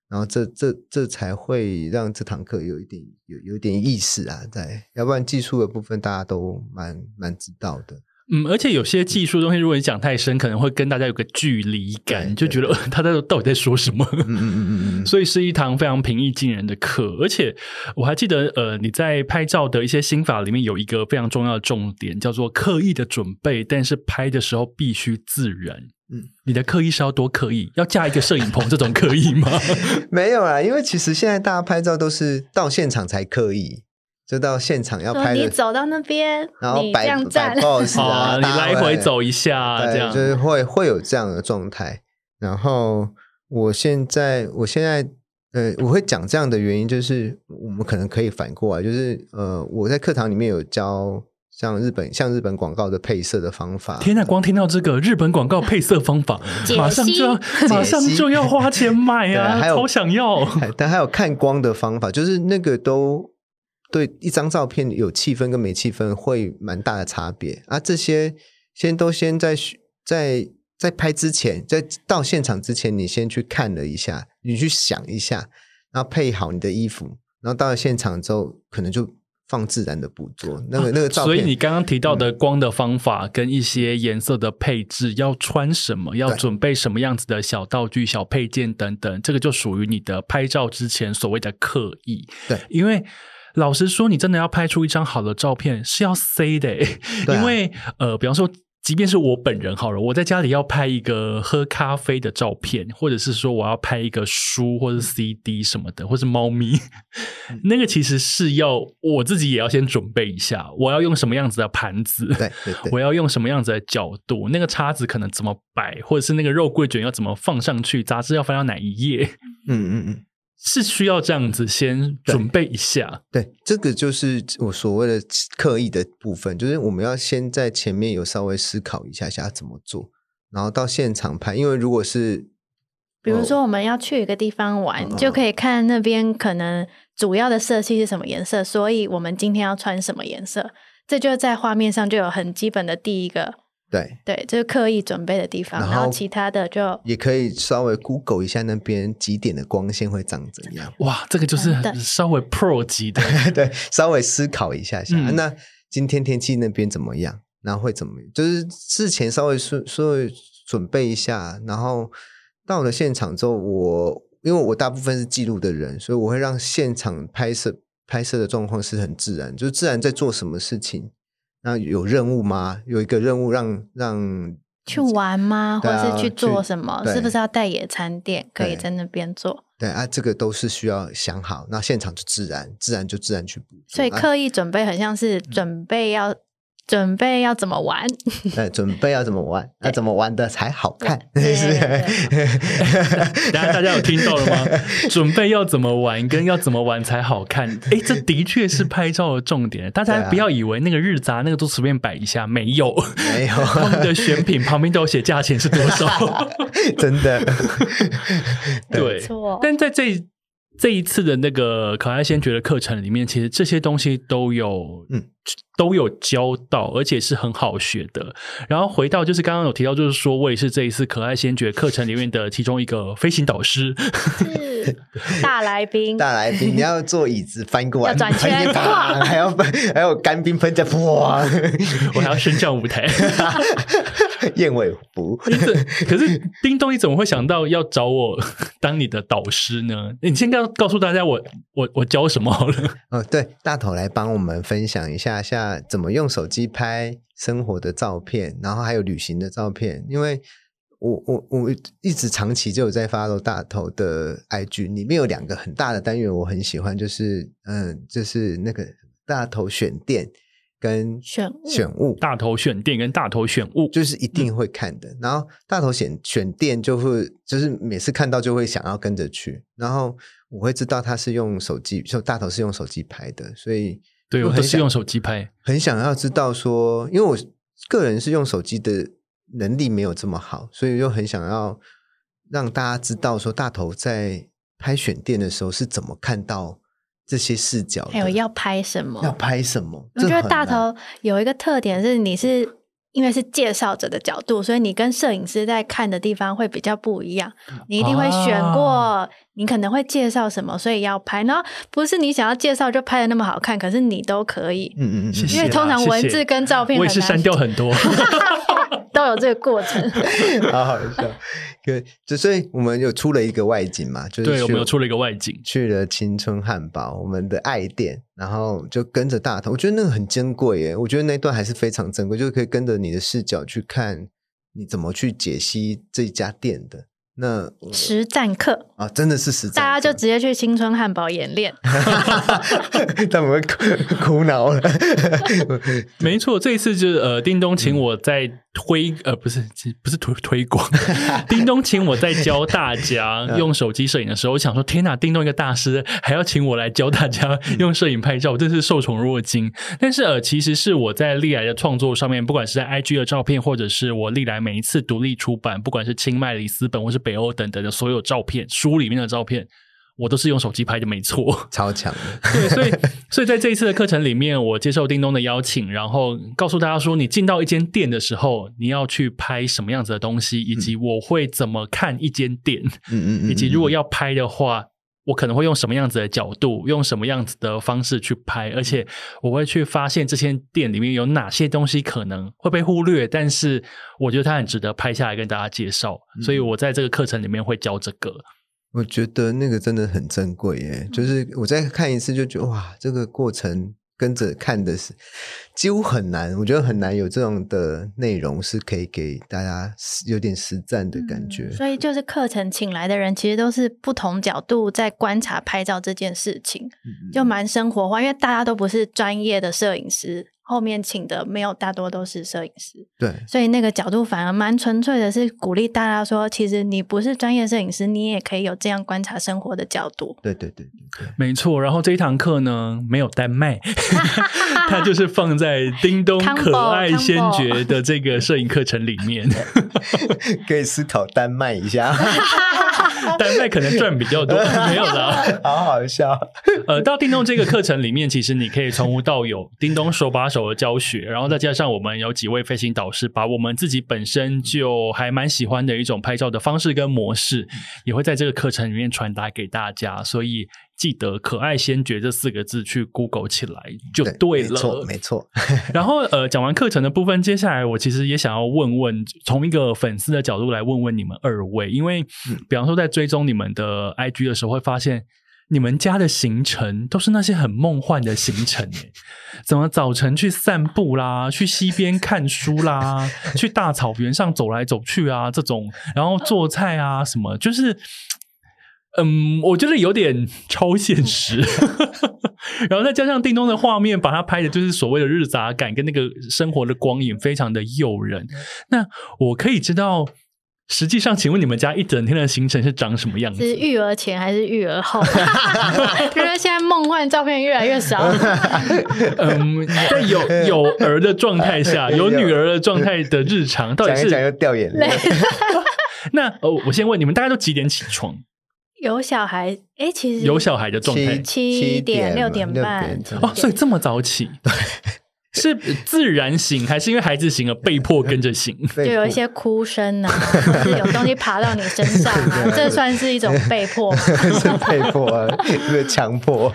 然后这这这才会让这堂课有一点有有一点意思啊，在要不然技术的部分大家都蛮蛮知道的，嗯，而且有些技术东西，如果你讲太深，可能会跟大家有个距离感，就觉对对得 [LAUGHS] 呃他在到底在说什么。嗯嗯嗯嗯 [LAUGHS] 嗯所以是一堂非常平易近人的课，而且我还记得，呃，你在拍照的一些心法里面有一个非常重要的重点，叫做刻意的准备，但是拍的时候必须自然。嗯嗯，你的刻意是要多刻意，要架一个摄影棚这种刻意 [LAUGHS] 吗？嗯，没有啦，因为其实现在大家拍照都是到现场才刻意，就到现场要说拍你的，走到那边，然后你这摆样站 [LAUGHS] 摆，[LAUGHS] pose 啊，哦你搭来回走一下，对啊这样就是会会有这样的状态。然后我现在，我现在，呃，我会讲这样的原因，就是我们可能可以反过来，就是呃，我在课堂里面有教像日本像日本广告的配色的方法。天呐，光听到这个日本广告配色方法解，析马上就要马上就要花钱买对啊，还有超想要。哎还但还有看光的方法，就是那个都对一张照片有气氛跟没气氛会蛮大的差别啊。这些先都先在学在在拍之前，在到现场之前，你先去看了一下，你去想一下，然后配好你的衣服，然后到了现场之后，可能就放自然的捕捉那 [LAUGHS] 个那个照所片。以你刚刚提到的光的方法跟一些颜色的配置，要穿什么，要准备什么样子的小道具、小配件等等，这个就属于你的拍照之前所谓的刻意。对因为。老实说，你真的要拍出一张好的照片是要塞的、欸，对啊因为呃，比方说，即便是我本人好了，我在家里要拍一个喝咖啡的照片，或者是说我要拍一个书或者 CD 什么的，或是猫咪， [LAUGHS] 那个其实是要我自己也要先准备一下，我要用什么样子的盘子，对对对 [LAUGHS] 我要用什么样子的角度，那个叉子可能怎么摆，或者是那个肉桂卷要怎么放上去，杂志要翻到哪一页， [LAUGHS] 嗯嗯嗯。是需要这样子先准备一下。对，这个就是我所谓的刻意的部分，就是我们要先在前面有稍微思考一下下怎么做，然后到现场拍，因为如果是比如说我们要去一个地方玩，哦嗯嗯就可以看那边可能主要的色系是什么颜色，所以我们今天要穿什么颜色，这就在画面上就有很基本的第一个，对，对，就是刻意准备的地方，然然后后其他的就也可以稍微 Google 一下那边几点的光线会长怎样，哇，这个就是真的稍微 pro 级的，对，稍微思考一下下，嗯那今天天气那边怎么样，然后会怎么，就是事前稍微说稍微准备一下，然后到了现场之后我，因为我大部分是记录的人，所以我会让现场拍摄拍摄的状况是很自然，就是自然在做什么事情。那有任务吗？有一个任务让让去玩吗，或对啊者是去做什么，去对是不是要带野餐垫，可以对在那边做，对啊，这个都是需要想好，那现场就自然自然就自然去捕捉。所以啊刻意准备很像是嗯准备要、准备要怎么玩，对，准备要怎么玩，那、对怎么玩的才好看？ [LAUGHS] 对是对 [LAUGHS] 对，大家大家有听到了 [LAUGHS] 吗？准备要怎么玩，跟要怎么玩才好看？哎，这的确是拍照的重点。大对家啊不要以为那个日杂那个都随便摆一下，没 [LAUGHS] 有，没有，他们的选品旁边都有写价钱是多 [LAUGHS] 少。真的，对没，错，但在这这一次的那个可爱先觉的课程里面，其实这些东西都有，嗯。都有教到，而且是很好学的。然后回到就是刚刚有提到，就是说我也是这一次可爱先觉课程里面的其中一个飞行导 [LAUGHS] 师，是大来宾，大来宾，你要坐椅子翻过来，要转圈翻一哇旁还要翻还有干冰喷在，哇， [LAUGHS] 我还要升降舞台。燕尾服，你怎可是叮咚，你怎么会想到要找我 [LAUGHS] 当你的导师呢？你先告告诉大家我我我教什么好 [LAUGHS] 了。哦，对，大头来帮我们分享一下下怎么用手机拍生活的照片，然后还有旅行的照片，因为我我我一直长期就有在 follow 大头的 IG，里面有两个很大的单元我很喜欢，就是嗯，就是那个大头选店跟选物选物，大头选店跟大头选物，就是一嗯定会看的。然后大头选选店就会，就是每次看到就会想要跟着去。然后我会知道他是用手机，就大头是用手机拍的，所以对我我都很是想用手机拍。很想要知道说，因为我个人是用手机的能力没有这么好，所以就很想要让大家知道说，大头在拍选店的时候是怎么看到这些视角的，哎还有要拍什么，要拍什么。我觉这得很大难头有一个特点是，你是因为是介绍者的角度，所以你跟摄影师在看的地方会比较不一样。你一定会选啊过，你可能会介绍什么，所以要拍。然后不是你想要介绍就拍的那么好看，可是你都可以，嗯嗯嗯谢谢因为通常文字跟照片我很也是难删掉很 [LAUGHS] 多。都有这个 [LAUGHS] 过程。嗯，好好笑。对，就所以我们有出了一个外景嘛，就是对，我去们有出了一个外景，去了青春汉堡，我们的爱店，然后就跟着大头，我觉得那个很珍贵耶，我觉得那段还是非常珍贵，就是可以跟着你的视角去看你怎么去解析这家店的。那我实战课，啊，真的是实在，大家就直接去青春汉堡 [LAUGHS] 演练。他们会哭哭恼了。没错，这一次就是呃，叮咚请我在推、呃，不是其不是推推广，叮咚请我在教大家用手机摄影的时候，我想说天哪，叮咚一个大师还要请我来教大家用摄影拍照，我真是受宠若惊。但是呃，其实是我在历来的创作上面，不管是在 IG 的照片，或者是我历来每一次独立出版，不管是清迈、里斯本或是北欧等等的所有照片书里面的照片，我都是用手机拍的，没错。超强的，对，所以所以在这一次的课程里面，我接受叮咚的邀请，然后告诉大家说，你进到一间店的时候，你要去拍什么样子的东西，以及我会怎么看一间店，嗯嗯嗯，以及如果要要拍的话。我可能会用什么样子的角度，用什么样子的方式去拍，而且我会去发现这些店里面有哪些东西可能会被忽略，但是我觉得它很值得拍下来跟大家介绍，所嗯以我在这个课程里面会教这个。我觉得那个真的很珍贵耶，嗯就是我再看一次就觉得哇，这个过程跟着看的是几乎很难，我觉得很难有这种的内容是可以给大家有点实战的感觉嗯。所以就是课程请来的人，其实都是不同角度在观察拍照这件事情，嗯就蛮生活化，因为大家都不是专业的摄影师。后面请的没有，大多都是摄影师，对，所以那个角度反而蛮纯粹的，是鼓励大家说，其实你不是专业摄影师，你也可以有这样观察生活的角度。对对对对 [LAUGHS] 对，没错，然后这一堂课呢没有单卖，它就是放在叮咚康宝可爱先觉的这个摄影课程里面。可以思考单卖一 [LAUGHS] 下，单卖可能赚比较多，没有啦。好好笑。呃，到叮咚这个课程里面，其实你可以从无到有，叮咚手把手的教学，然后再加上我们有几位飞行导师，把我们自己本身就还蛮喜欢的一种拍照的方式跟模式，也会在这个课程里面传达给大家。所以记得“可爱先觉”这四个字去 Google 起来就对了。没错没错，然后呃，讲完课程的部分，接下来我其实也想要问问，从一个粉丝的角度来问问你们二位，因为、比方说在追踪你们的 IG 的时候，会发现你们家的行程都是那些很梦幻的行程，诶，怎么早晨去散步啦，去溪边看书啦，去大草原上走来走去啊，这种，然后做菜啊什么，就是。嗯，我觉得有点超现实，然后再加上叮咚的画面，把它拍的就是所谓的日杂感跟那个生活的光影，非常的诱人。那我可以知道，实际上，请问你们家一整天的行程是长什么样是子？育儿前还是育儿后？ [LAUGHS] 因为现在梦幻照片越来越少。 [LAUGHS] 嗯，在有有儿的状态下，有女儿的状态的日常，到底讲一讲是又掉眼泪累。 [LAUGHS] 那呃，我先问你们，大概都几点起床？有小孩，哎、其实有小孩的状态七七点六六点半哦，所以这么早起， [LAUGHS] 是自然醒还是因为孩子醒了被迫跟着醒？ [LAUGHS] 就就有一些哭声 [LAUGHS] 啊，或者是有东西爬到你身上啊，这算是一种被迫吗？是被迫 [LAUGHS] 啊，是强 [LAUGHS] 迫。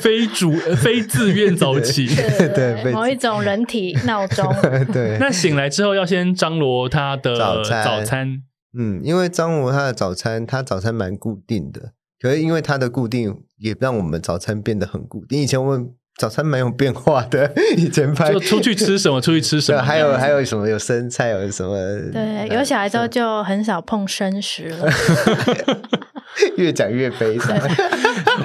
非主呃非自愿早起。 [LAUGHS] 对被某一种人体 [LAUGHS] 闹钟。对， [LAUGHS] 那醒来之后要先张罗他的早餐早餐嗯，因为张罗他的早餐，他早餐蛮固定的，可是因为他的固定，也让我们早餐变得很固定。以前我们早餐蛮有变化的，以前拍就出去吃什么，出去吃什对，啊么。还有还有什么有生菜，有什么对，有小孩之后就很少碰生食了。 [LAUGHS] 越讲越悲伤。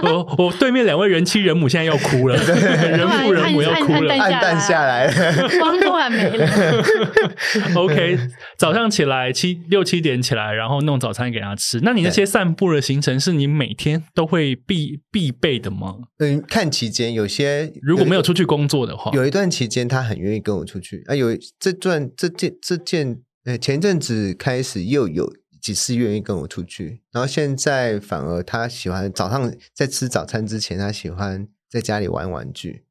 我我对面两位人妻人母现在要哭了， [LAUGHS] 人父人母要哭按按了。[LAUGHS] 按暗淡下来了，光突然没了， OK，早上起来七六七点起来，然后弄早餐给他吃。那你那些散步的行程是你每天都会必必备的吗？ [LAUGHS] 嗯，看期间有些如果没有出去工作的话，有一段期间，他很愿意跟我出去啊。有这段这件这件呃，前阵子开始又有几次愿意跟我出去，然后现在反而他喜欢早上在吃早餐之前，他喜欢在家里玩玩具。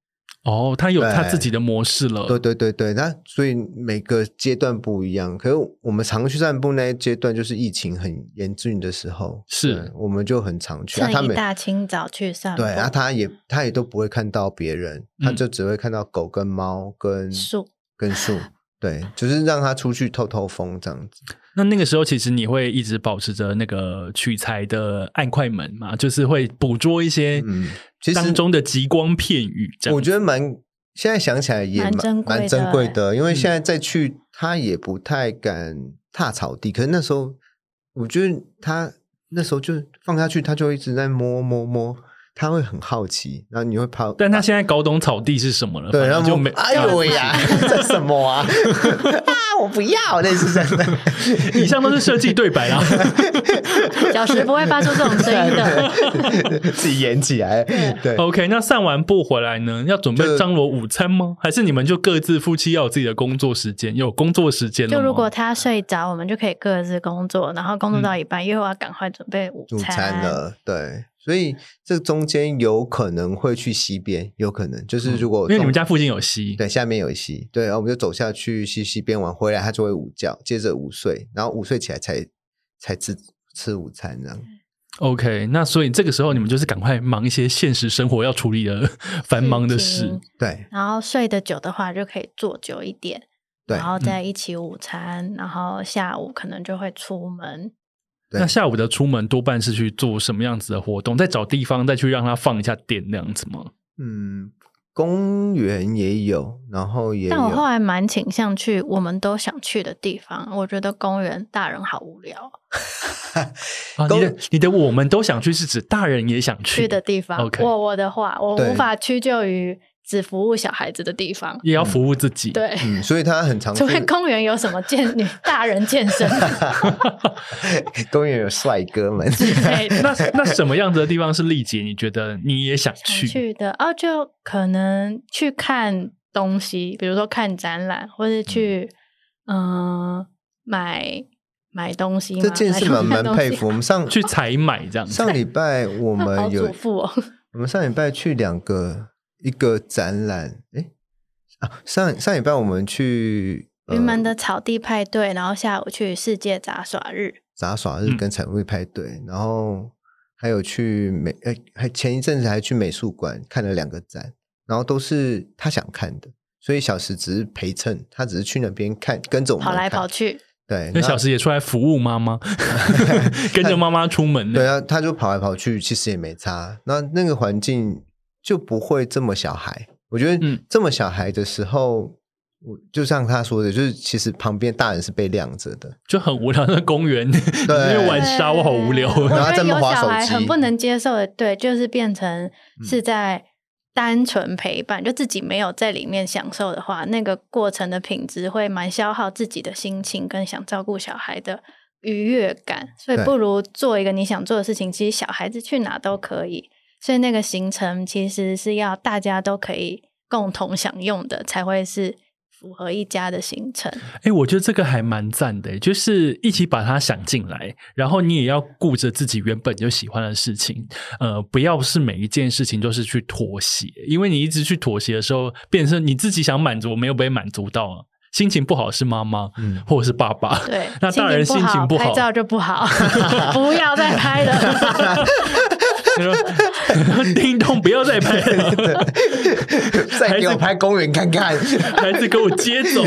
哦，他有他对自己的模式了。对对对对，那所以每个阶段不一样。可是我们常去散步那一阶段，就是疫情很严峻的时候，是对我们就很常去。啊、 [LAUGHS] 他趁一们大清早去散步，对，啊，他也他也都不会看到别人，他嗯就只会看到狗跟猫跟树跟树。对，就是让他出去透透风这样子。那那个时候，其实你会一直保持着那个取材的按快门嘛，就是会捕捉一些嗯其实当中的极光片语。这样我觉得蛮，现在想起来也蛮珍蛮贵的蛮珍贵的，因为嗯现在再去他也不太敢踏草地。可是那时候，我觉得他那时候就放下去，他就一直在摸摸摸，他会很好奇，然后你会怕，但他现在搞懂草地是什么了，对，反然正后就我没。啊哎呦喂 [LAUGHS] 呀，这什么啊？ [LAUGHS] 啊，我不要，类似这样的。以上都是设计对白啊 [LAUGHS] 啦。小时不会发出这种声音 [LAUGHS] 的。自己演起来，对， OK，那散完步回来呢，要准备就张罗午餐吗？还是你们就各自夫妻要有自己的工作时间，有工作时间了吗就如果他睡着，我们就可以各自工作，然后工作到一半，又要赶快准备午午餐了，对，所以这中间有可能会去西边，有可能就是如果嗯因为你们中家附近有溪，嗯对下面有溪，对，然后我们就走下去溪溪边玩，回来他就会午觉，接着午睡，然后午睡起来才才吃吃午餐这样。 OK，那所以这个时候你们就是赶快忙一些现实生活要处理的 [LAUGHS] 繁忙的事情。对然后睡得久的话，就可以坐久一点，对然后嗯再一起午餐，然后下午可能就会出门。对那下午的出门多半是去做什么样子的活动？再找地方再去让它放一下电那样子吗？嗯，公园也有，然后也但我后有。来蛮倾向去我们都想去的地方，我觉得公园大人好无聊，啊，都你的你的我们都想去，是指大人也想去去的地方。 OK 我我的话，我对无法屈就于只服务小孩子的地方。也要服务自己。，对，嗯，所以他很常去除非公园有什么健女大人健身 [LAUGHS] 公园有帅哥们，之 [LAUGHS] 类 [LAUGHS] 的。那那什么样子的地方是丽姐？你觉得你也想想去？去的哦，就可能去看东西，比如说看展览，或是去嗯、呃买买东西嘛。这件事蛮买蛮东西佩服。我。们 [LAUGHS] 上去采买这样子？上礼拜 [LAUGHS] 我好们有主妇哦，我们上礼拜去两个一个展览，诶，啊，上上礼拜我们去呃云门的草地派对，然后下午去世界杂耍日，杂耍日嗯跟彩绘派对，然后还有去美，呃，还前一阵子还去美术馆看了两个展，然后都是他想看的，所以小石只是陪衬，他只是去那边看，跟着我们跑来看跑，去，对，那小石时也出来服务妈妈，跟着妈妈出门。对啊，他就跑来跑去，其实也没差，那那个环境就不会这么小孩，我觉得嗯这么小孩的时候。我就像他说的，就是其实旁边大人是被晾着的，就很无聊。那公园 [LAUGHS] 因为 [LAUGHS] 玩沙，我好无聊。对我然后觉在那得边有滑小手孩很机不能接受的，对，就是变成是在单纯陪伴，就自己没有在里面享受的话，那个过程的品质会蛮消耗自己的心情跟想照顾小孩的愉悦感。所以对不如做一个你想做的事情，其实小孩子去哪都可以。所以那个行程其实是要大家都可以共同享用的，才会是符合一家的行程。哎、我觉得这个还蛮赞的，就是一起把它想进来，然后你也要顾着自己原本就喜欢的事情，呃，不要是每一件事情都是去妥协，因为你一直去妥协的时候，变成你自己想满足没有被满足到啊，心情不好是妈妈，[LAUGHS] 嗯或者是爸爸，，对那大人心情不拍好，照就不 [LAUGHS] 好，不要再拍了。他说叮咚，不要再拍了，再给我拍公园看看，孩子给我接走。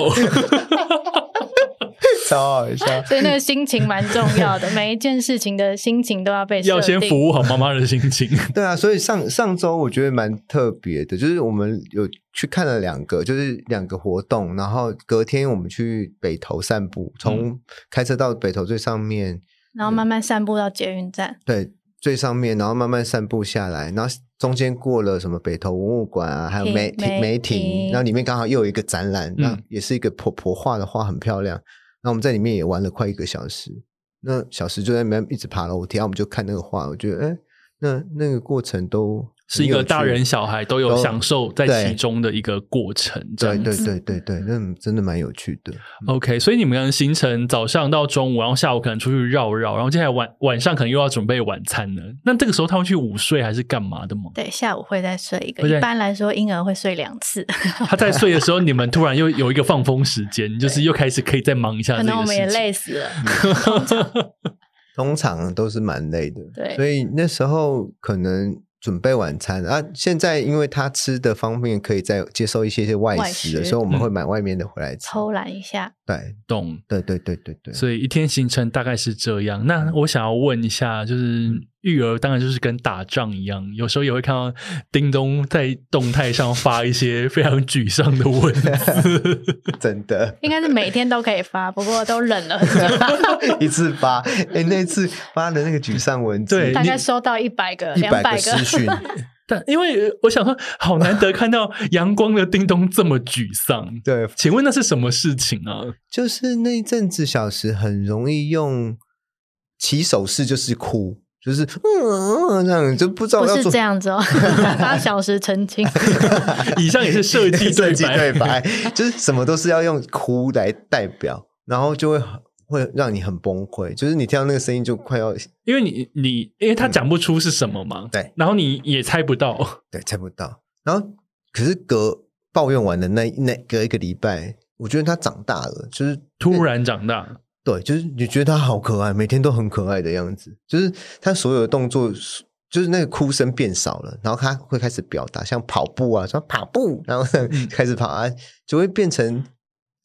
超好笑。所以那个心情蛮重要的，每一件事情的心情都要被设要先定服务好妈妈的心情，对啊，所以上上周我觉得蛮特别的，就是我们有去看了两个，就是两个活动，然后隔天我们去北投散步，从开车到北投最上面，然后慢慢散步到捷运站。对，最上面，然后慢慢散步下来，然后中间过了什么北投文物馆啊，还有亭梅梅亭梅亭亭，然后里面刚好又有一个展览，嗯那也是一个婆婆画的画，很漂亮。那我们在里面也玩了快一个小时，那小时就在里面一直爬楼梯，然后我们就看那个画，我觉得哎，那那个过程都是一个大很有趣人小孩都有都享受在对其中的一个过程，这对样对子。 [LAUGHS] 对对对，那真的蛮有趣的。 OK，所以你们的行程早上到中午，然后下午可能出去绕绕，然后接下来晚晚上可能又要准备晚餐了。那这个时候他们去午睡还是干嘛的吗？对，下午会再睡一个。会再一般来说，婴儿会睡两 [LAUGHS] 次，他在睡的时候，你们突然又有一个放风时间，就是又开始可以再忙一下可这能我个们也事情。累死了。通常都是蛮累的，对所以那时候可能准备晚餐啊。现在因为他吃的方面可以再接受一些些外外食的，食所以我们会买外面的回来吃。偷懒一下，对嗯懂。对对对对对，所以一天行程大概是这样。那我想要问一下，就是育儿当然就是跟打仗一样，有时候也会看到叮咚在动态上发一些非常沮丧的文字。真的应该是每天都可以 [LAUGHS] 发，不过都忍了很久，一次发，哎、那次发的那个沮丧文字，对大概你收到一百个、一两百百个个私。 [LAUGHS] 讯，但因为呃我想说，好难得看到阳光的叮咚这么沮丧。对，请问那是什么事情啊？就是那一阵子小时很容易用起手势，就是哭，就是嗯这样，就不知道不要是做这样 [LAUGHS] 子哦，八小时澄清，以上也是设 [LAUGHS] 计对设计白，对白，就是什么都是要用哭来代表，然后就会很会让你很崩溃，就是你听到那个声音就快要因为你你因为他讲不出是什么嘛，嗯对然后你也猜不 [LAUGHS] 到，对猜不到，然后可是隔抱怨完的那那隔一个礼拜，我觉得他长大了，就是突然长大，对，就是你觉得他好可爱，每天都很可爱的样子，就是他所有的动作。就是那个哭声变少了，然后他会开始表达，像跑步啊，说跑步，然后嗯 [LAUGHS] 开始跑啊，就会变成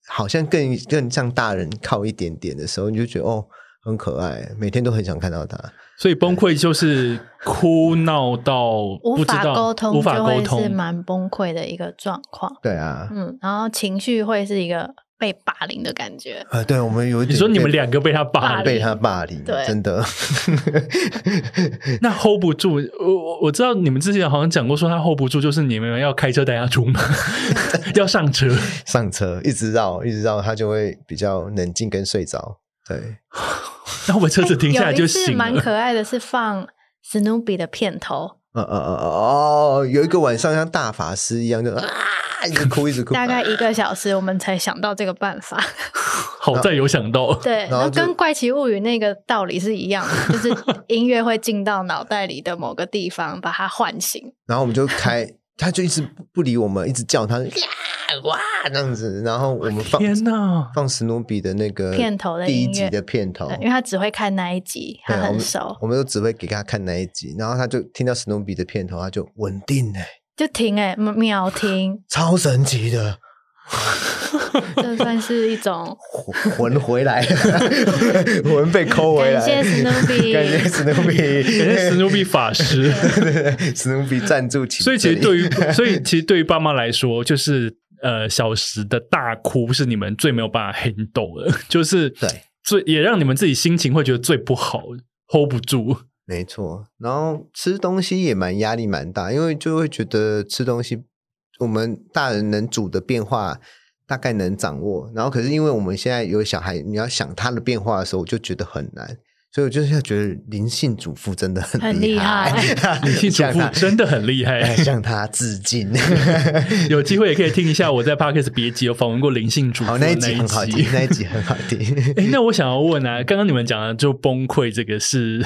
好像更更像大人靠一点点的时候，你就觉得哦，很可爱，每天都很想看到他。所以崩溃就是哭闹到无不知法道沟通无法就沟会是通，蛮崩溃的一个状况。对啊，嗯，然后情绪会是一个被霸凌的感觉。啊，对，我们有一点你说你们被两个被他霸霸凌，被他霸凌，对真的。 [LAUGHS] 那 hold 不住。我我我知道你们之前好像讲过，说他 hold 不住，就是你们要开车带他出 [LAUGHS] 门，要上车。哎上车一直绕，一直绕，他就会比较冷静跟睡着。对，那我车子停下来就哎有一次醒蛮了。可爱的，是放史努比的片头，呃呃呃呃哦，有一个晚上像大法师一样，就啊一直哭一直哭，大概一个小时，我们才想到这个办法。 [LAUGHS] 好在有想 [LAUGHS] 到，对，然后那就跟《怪奇物语》那个道理是一样的，就是音乐会进到脑袋里的某个地方，把它唤醒。然后我们就开，他就一直不理我们，一直叫他呀哇这样子，然后我们放天哪！放史努比的那个片头的第一音乐集的片头对，，因为他只会看那一集，哦他对我很们熟，我们都只会给他看那一集，然后他就听到史努比的片头，他就稳定哎、，就停哎、秒停 [LAUGHS] 超神奇的，这算是一种魂魂回 [LAUGHS] 来了，魂被抠回感来。谢史努比。感谢史努比，人家史努比法 [LAUGHS] 师。比，史努比赞助起。所以其实对于， [LAUGHS] 所以其实对于爸妈来说，就是呃，小时的大哭是你们最没有办法 handle 的， [LAUGHS] 就是对最也让你们自己心情会觉得最不好，hold 不住。 [LAUGHS] 没错，然后吃东西也蛮压力蛮大，因为就会觉得吃东西，我们大人能煮的变化大概能掌握，然后可是因为我们现在有小孩，你要想他的变化的时候，我就觉得很难，所以我就是觉得灵性主妇真的很很厉厉 [LAUGHS] 害害，理性主向妇他真的很厉害 [LAUGHS] 哎，向他致 [LAUGHS] 敬。有机会也可以听一下我在 Parkes 别集有访问过灵性主妇好，的那一一集很好听，那一集很好听。哎，那我想要问啊，刚刚你们讲的就崩溃这个是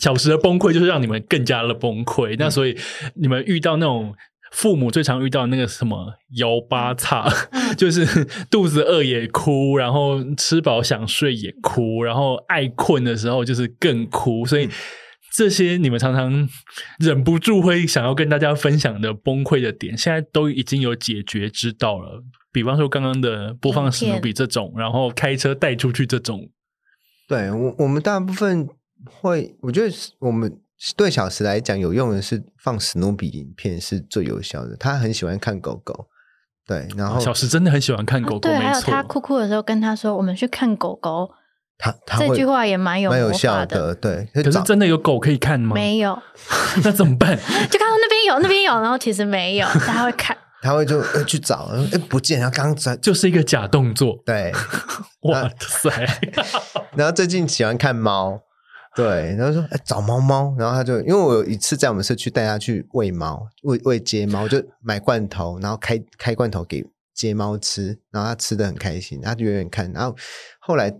小时的崩溃，就是让你们更加的崩溃。那所以你们遇到那种父母最常遇到那个什么摇八叉， [LAUGHS] 就是肚子饿也哭，然后吃饱想睡也哭，然后爱困的时候就是更哭，所以。这些你们常常忍不住会想要跟大家分享的崩溃的点，现在都已经有解决之道了。比方说刚刚的播放史努比这种，然后开车带出去这种，对我，我们大部分会，我觉得是我们对小时来讲有用的是放史努比影片是最有效的。他很喜欢看狗狗，对，然后哦小时真的很喜欢看狗狗，啊对，没还有他错。哭哭的时候跟他说：“我们去看狗狗。他他”这会句话也蛮有蛮有魔效法的，对。可是早真的有狗可以看吗？没有， [LAUGHS] 那怎么办？就看到那边有，那边有，然后其实没 [LAUGHS] 有，大家会看。他会就、呃、去找，哎、不见，他刚才就是一个假 [LAUGHS] 动作。对。哇塞！哎然后最近喜欢看猫，对，然后说、哎找猫猫，然后他就因为我有一次在我们社区带他去喂猫，喂喂街猫，就买罐头，然后开开罐头给街猫吃，然后它吃的很开心，它就远远看，然后后来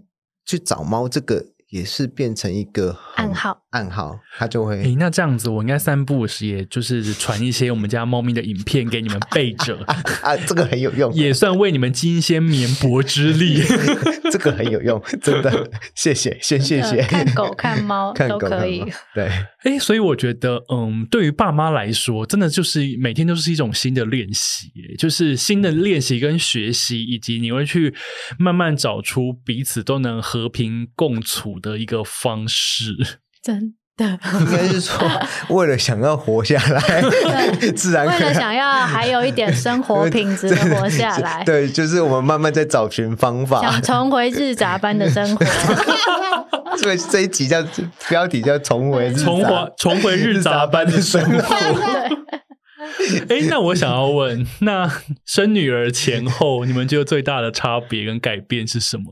去找猫这个也是变成一个很暗号，暗号，它就会、诶、那这样子，我应该散步时，也就是传一些我们家猫咪的影片给你们备 [LAUGHS] 着，啊，这个很有用，也算为你们尽一些绵薄之力。这个很有用，真的， [LAUGHS] 谢谢，先谢谢。呃看狗看猫看都狗可看以猫，对，哎，所以我觉得，嗯，对于爸妈来说，真的就是每天都是一种新的练习，就是新的练习跟学习，以及你会去慢慢找出彼此都能和平共处的一个方式。真的。 [LAUGHS] 应该是说为了想要活下来，对自然为可了以想要还有一点生活品质的活下 [LAUGHS] 来，对，就是我们慢慢在找寻方法想。重回日杂般的生 [LAUGHS] 活。所以这一集叫标题叫“重回日杂重回重回日杂般的生 [LAUGHS] 活。对，哎，那我想要问，那生女儿前后，你们觉得最大的差别跟改变是什么？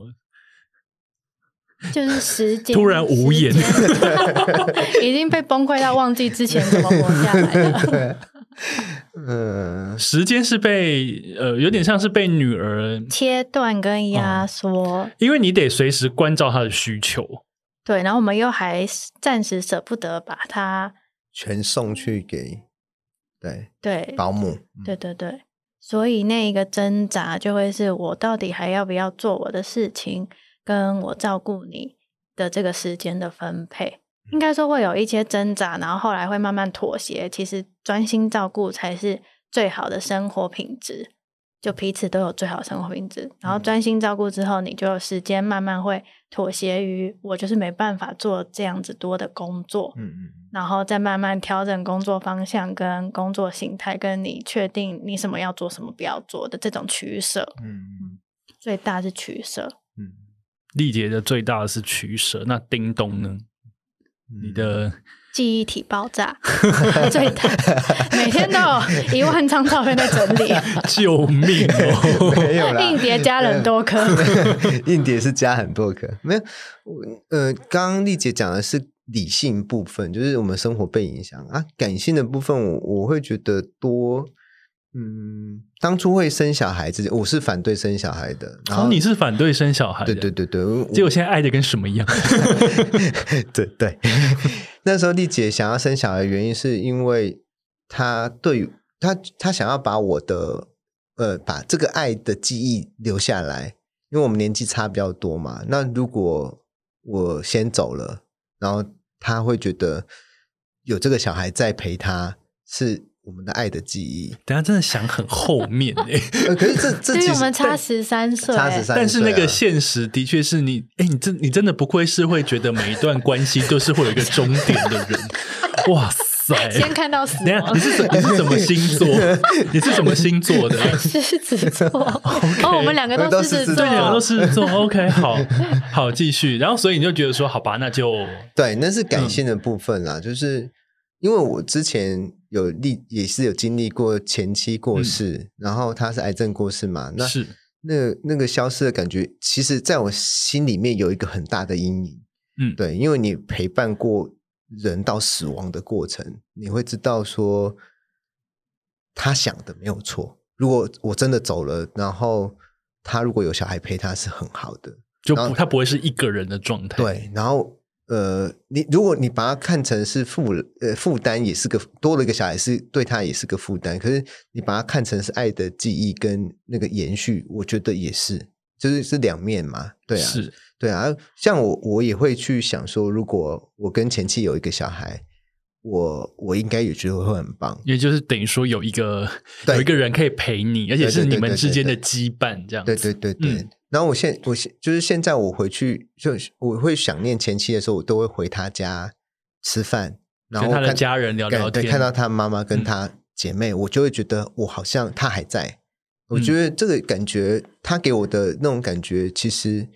就是时间突然无言时间 [LAUGHS] 已经被崩溃到忘记之前怎么活下来 [LAUGHS] 的。对，嗯，时间是被呃，有点像是被女儿，切断跟哦压缩，因为你得随时关照她的需求。对，然后我们又还暂时舍不得把它，全送去给对对，保姆。嗯对对对，所以那一个挣扎就会是我到底还要不要做我的事情，跟我照顾你的这个时间的分配，应该说会有一些挣扎，然后后来会慢慢妥协。其实专心照顾才是最好的生活品质，就彼此都有最好的生活品质。然后专心照顾之后，你就有时间慢慢会妥协于我就是没办法做这样子多的工作，嗯嗯，然后再慢慢调整工作方向、跟工作形态，跟你确定你什么要做、什么不要做的这种取舍，嗯最大是取舍。嗯嗯，丽姐的最大的是取舍，那叮咚呢？嗯你的 [LAUGHS] 记忆体爆炸最大，每天都有一万张照片在整理，救命哦！ [LAUGHS] [LAUGHS] 没有啦，嗯硬碟家人多颗。 [LAUGHS] 硬碟是加很多个，没有。我呃，刚刚丽姐讲的是理性部分，就是我们生活被影响啊。感性的部分我，我会觉得多。嗯，当初会生小孩子，我是反对生小孩的。 [LAUGHS] 然然后、哦后你是反对生小孩的，对对对对，我结果现在爱的跟什么一样？ [LAUGHS] 对对， [LAUGHS] 那时候丽姐想要生小孩的原因，是因为她对于她她想要把我的呃把这个爱的记忆留下来，因为我们年纪差比较多嘛。那如果我先走了，然后她会觉得有这个小孩在陪她，是我们的爱的记忆。等一下真的想很后 [LAUGHS] 面哎、呃，可是这这所其以实我们差但十三岁，差十三，但是那个现实的确是你，哎、你真你真的不愧是会觉得每一段关系都是会有一个终点的 [LAUGHS] 人，哇塞！先看到死等一下亡你。是什你是什么星 [LAUGHS] 座？你是什么星座的？啊狮子座哦，我们两个都都狮狮子子座对，座两个都是做 OK，好好继续。然后所以你就觉得说，好吧，那就对，那是嗯感性的部分啦，就是因为我之前有历也是有经历过前妻过世，然后他是癌症过世嘛，那嗯是那那个消失的感觉，其实在我心里面有一个很大的阴影。嗯对，因为你陪伴过人到死亡的过程，你会知道说他想的没有错。如果我真的走了，然后他如果有小孩陪他是很好的，就然不后他不会是一个人的状态。对，然后呃，你如果你把它看成是负呃负担，也是个多了一个小孩是对他也是个负担。可是你把它看成是爱的记忆跟那个延续，我觉得也是，就是是两面嘛。对啊，是对啊。像我我也会去想说，如果我跟前妻有一个小孩，我我应该也觉得会很棒。也就是等于说有一个对有一个人可以陪你，而且是对对你对们对之间的对羁绊，这样对子。对对对。嗯然后我现我现就是现在我回去就我会想念前妻的时候，我都会回她家吃饭，然跟后他的看家人聊感聊对天，嗯看到她妈妈跟她姐妹，我就会觉得我好像她还在。我觉得这个感觉，她给我的那种感觉，其实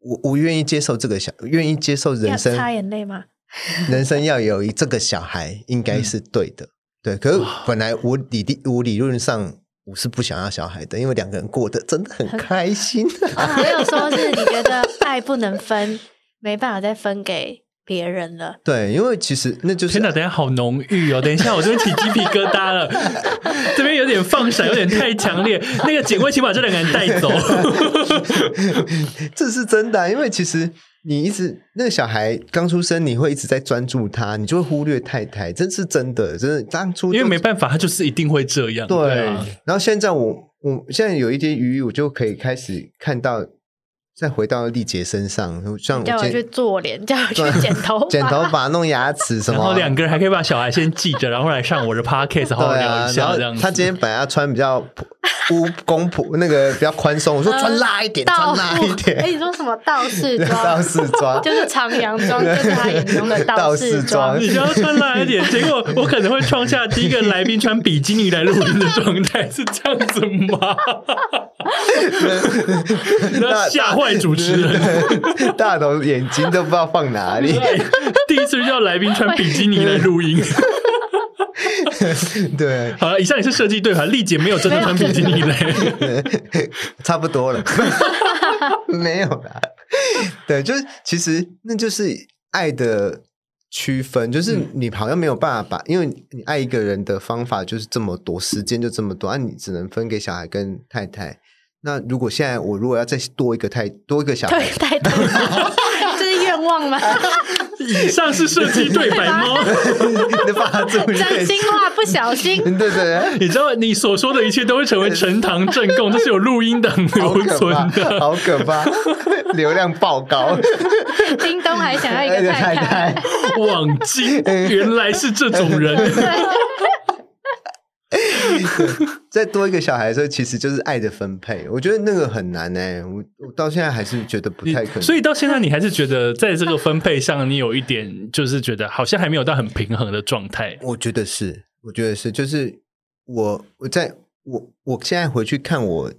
我我愿意接受这个小，愿意接受要人生，擦 [LAUGHS] 眼泪吗？ [LAUGHS] 人生要有一这个小孩，应该嗯是对的。对，可是本来我理理我理论上我是不想要小孩的，因为两个人过得真的很开心。 [LAUGHS] 哦啊还有说是你觉得爱不能分，没办法再分给别人了。对，因为其实那就是天哪，等一下好浓郁哦！等一下，我这边起鸡皮疙瘩了，这边有点放闪，有点太强烈。那个警卫请把这两个人带走。 [LAUGHS] 这是真的啊、因为其实你一直那个小孩刚出生，你会一直在专注他，你就会忽略太太，这是真的，真的当初因为就没办法，他就是一定会这样。对。啊然后现在我我现在有一些余裕，我就可以开始看到，再回到丽姐身上，像我叫我今去做脸，叫我去剪头发，剪头发、弄牙齿 [LAUGHS] 什然么后啊。两个人还可以把小孩先记着，然后来上我的 podcast 好好对聊啊一，然下，后这样子。他今天本来要穿比较普乌公普那个比较宽松，我说穿辣一点，道穿辣士一 [LAUGHS] 哎，点，你说什么道 [LAUGHS] 士道装？士装就是长洋装，就是他眼 [LAUGHS] 中的道士装道士。你就要穿辣一点，结果我可能会创下第一个来宾穿比基尼来录音的状态，是这样子 [LAUGHS] 吗？ [LAUGHS] 你要吓坏主持人。哎大 [LAUGHS] 头眼睛都不知道放哪里。第一次遇到来宾穿比基尼来录音。 [LAUGHS] 对，好了，以上也是设计对吧？丽姐没有真的穿比基尼来，差不多了， [LAUGHS] 没有啦。对，就是其实那就是爱的区分，就是嗯你好像没有办法把，因为你爱一个人的方法就是这么多，时间就这么多，啊，你只能分给小孩跟太太。那如果现在我如果要再多一个太多一个小孩对，，太多， [LAUGHS] 这是愿望吗？以上是设计对白猫。 [LAUGHS] 你把他住 [LAUGHS] 真院，心话不小 [LAUGHS] 心，对对对，你知道你所说的一切都会成为呈堂证供，这是有录音档好留可存怕，的。好可怕， [LAUGHS] 流量爆高，叮咚还想要一 [LAUGHS] 个太太太。太。 [LAUGHS] 网金原来是这种人，再多一个小孩的时候，其实就是爱的分配。我觉得那个很难哎、我我到现在还是觉得不太可能。所以到现在你还是觉得在这个分配上，你有一点就是觉得好像还没有到很平衡的状态。我觉得是，我觉得是，就是我我在我我现在回去看我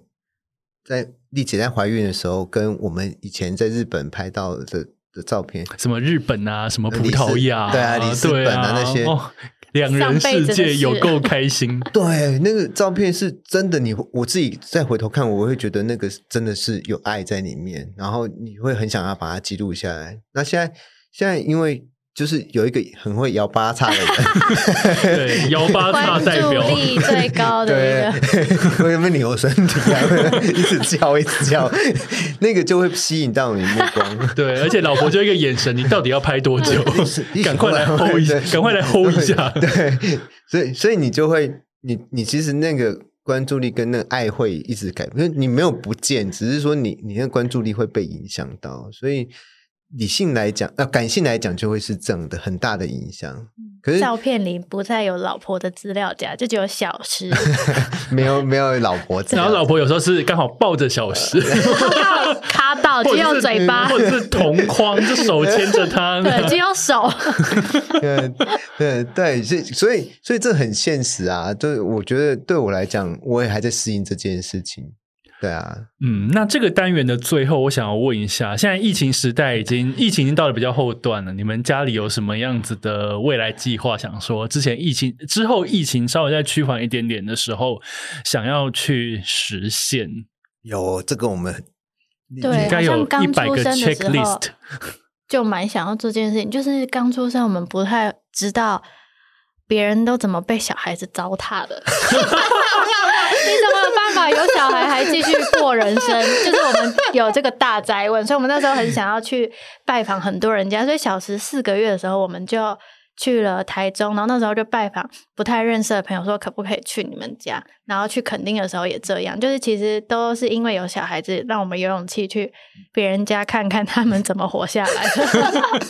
在丽姐在怀孕的时候，跟我们以前在日本拍到的的照片，什么日本啊，什么葡萄牙、里斯对啊里斯对本啊那些哦两人世界有够开心。对，那个照片是真的你。我自己再回头看，我会觉得那个真的是有爱在里面，然后你会很想要把它记录下来。那现在现在因为就是有一个很会摇八叉的 [LAUGHS] 人， [LAUGHS] 对，幺八叉关代注表，力最高的一个，哦 [LAUGHS] 对，为什么扭身体啊？ [LAUGHS] 一直叫，一直叫， [LAUGHS] 那个就会吸引到你目光。对，而且老婆就一个眼神，你到底要拍多久？ [LAUGHS] 赶快来 hold 一下，赶快来 hold 一下。对，所以所以你就会，你你其实那个关注力跟那个爱会一直改变，因为你没有不见，只是说你你那个关注力会被影响到，所以理性来讲，呃，感性来讲就会是这样的很大的影响。可是 [LAUGHS] 照片里不再有老婆的资料夹，就只有小 [LAUGHS] 时。 [LAUGHS] 没有没有老婆这然样，后老婆有时候是刚好抱着小石，卡到或者只有是嘴巴或，者是同框，就手牵着他。对，只有手。对对对，所以所以所以这很现实啊。对，我觉得对我来讲，我也还在适应这件事情。对啊，嗯，那这个单元的最后，我想要问一下，现在疫情时代已经疫情已经到了比较后段了，你们家里有什么样子的未来计划？想说之前疫情之后，疫情稍微再趋缓一点点的时候，想要去实现，有这个我们对应该有好像刚一百个出生的时候 checklist。 [LAUGHS] 就蛮想要做这件事情。就是刚出生，我们不太知道别人都怎么被小孩子糟蹋的。你怎么有办法有小孩还继续过人 [LAUGHS] 生？就是我们有这个大灾问，所以我们那时候很想要去拜访很多人家。所以小时四个月的时候，我们就去了台中，然后那时候就拜访不太认识的朋友，说可不可以去你们家？然后去垦丁的时候也这样，就是其实都是因为有小孩子，让我们有勇气去别人家看看他们怎么活下 [LAUGHS] 来的。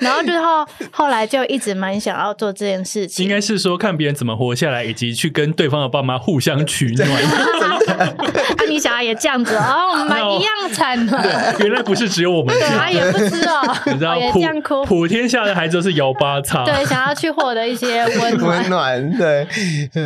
然后之后后来就一直蛮想要做这件事情，应该是说看别人怎么活下来，以及去跟对方的爸妈互相取暖。啊，你小孩也这样子哦，我们蛮一样惨的。原来不是只有我们这对样啊，也不吃哦， [LAUGHS] 你知道啊哦也这样普哭。普天下的孩子都是摇八叉， [LAUGHS] 对，想要去获得一些温温暖。暖， [LAUGHS] 对，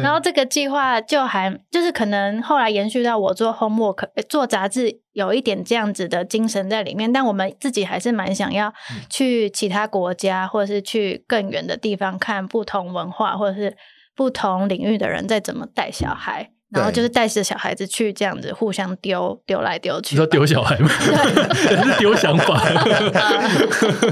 然后这个计划就还就是可能后来延续到我做 homework 呃做杂志，有一点这样子的精神在里面。但我们自己还是蛮想要嗯去其他国家，或者是去更远的地方看不同文化，或者是不同领域的人在怎么带小孩。然后就是带着小孩子去这样子互相丢丢来丢你去吧，说丢小孩吗？ [LAUGHS] 是丢想法。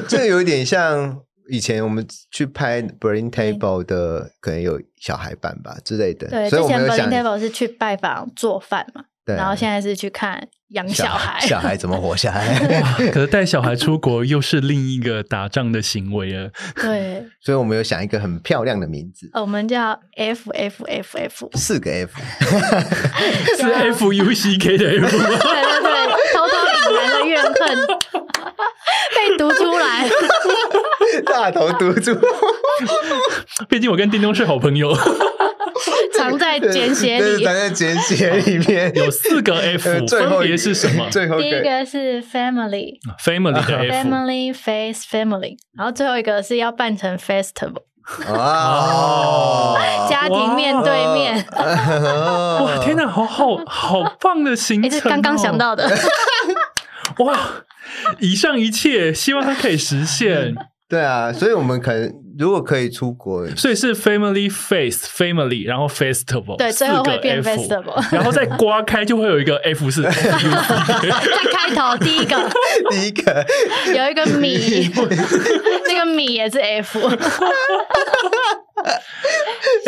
这有点像以前我们去拍 Berlin Table 的，可能有小孩版吧之类的。对，所以之我前们有 Berlin 想， Table 是去拜访做饭嘛，对然后现在是去看养小孩，小孩怎么活下 [LAUGHS] 来？ [LAUGHS] 可是带小孩出国又是另一个打仗的行为啊了。对， [LAUGHS] 所以我们有想一个很漂亮的名字，呃我们叫 F F F [LAUGHS] F，四个 [LAUGHS] F。是啊 F U C K 的 F [LAUGHS] 吗？对对对，偷偷隐瞒了怨恨，被读出 [LAUGHS] 来。大头独住，毕竟我跟叮咚是好朋 [LAUGHS] 友，藏在简写就是里。咱在简写里面有四个 F，呃最分后一别是什么 [LAUGHS] 最后第一个个是 family。 ？Family 的 F， Family face family，然后最后一个是要办成 festival，、哦，家庭面对面，哇，天哪，好好好棒的行也 [LAUGHS] 程、哦！是哎刚刚想 [LAUGHS] 到的。哇！以上一切，希望它可以实 [LAUGHS] 现。对啊，所以我们可能如果可以出国， [LAUGHS] 所以是 family face family，然后 festival，对最后会四个变 F festival 然后再刮开就会有一个 F 是 [LAUGHS] 在开头第一个第一个有 [LAUGHS] 一个米，那个米也是 F，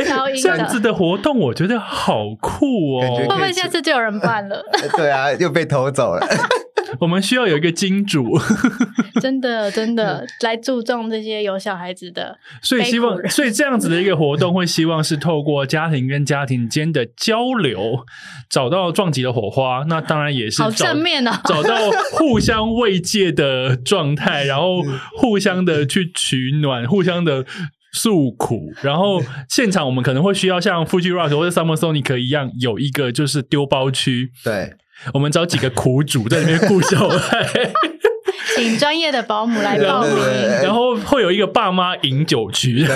消音哎这样子的。的活动，我觉得好酷感觉哦会。不会下次就有人办 [LAUGHS] 了？对啊，又被偷走 [LAUGHS] 了。我们需要有一个金主， [LAUGHS] 真的真嗯的，来注重这些有小孩子的。所以希悲苦望，人所以这样子的一个活动，会希望是透过家庭跟家庭间的交流，找到撞击的火花。那当然也是好找正面哦 [LAUGHS] 找到互相慰藉的状态，然后互相的去取暖，互相的。诉苦，然后现场我们可能会需要像 Fuji Rock 或者 Summer Sonic 一样，有一个就是丢包区，对， [LAUGHS] 我们找几个苦主在里面顾小孩，请专业的保姆来对报对名。对然后会有一个爸妈饮酒区。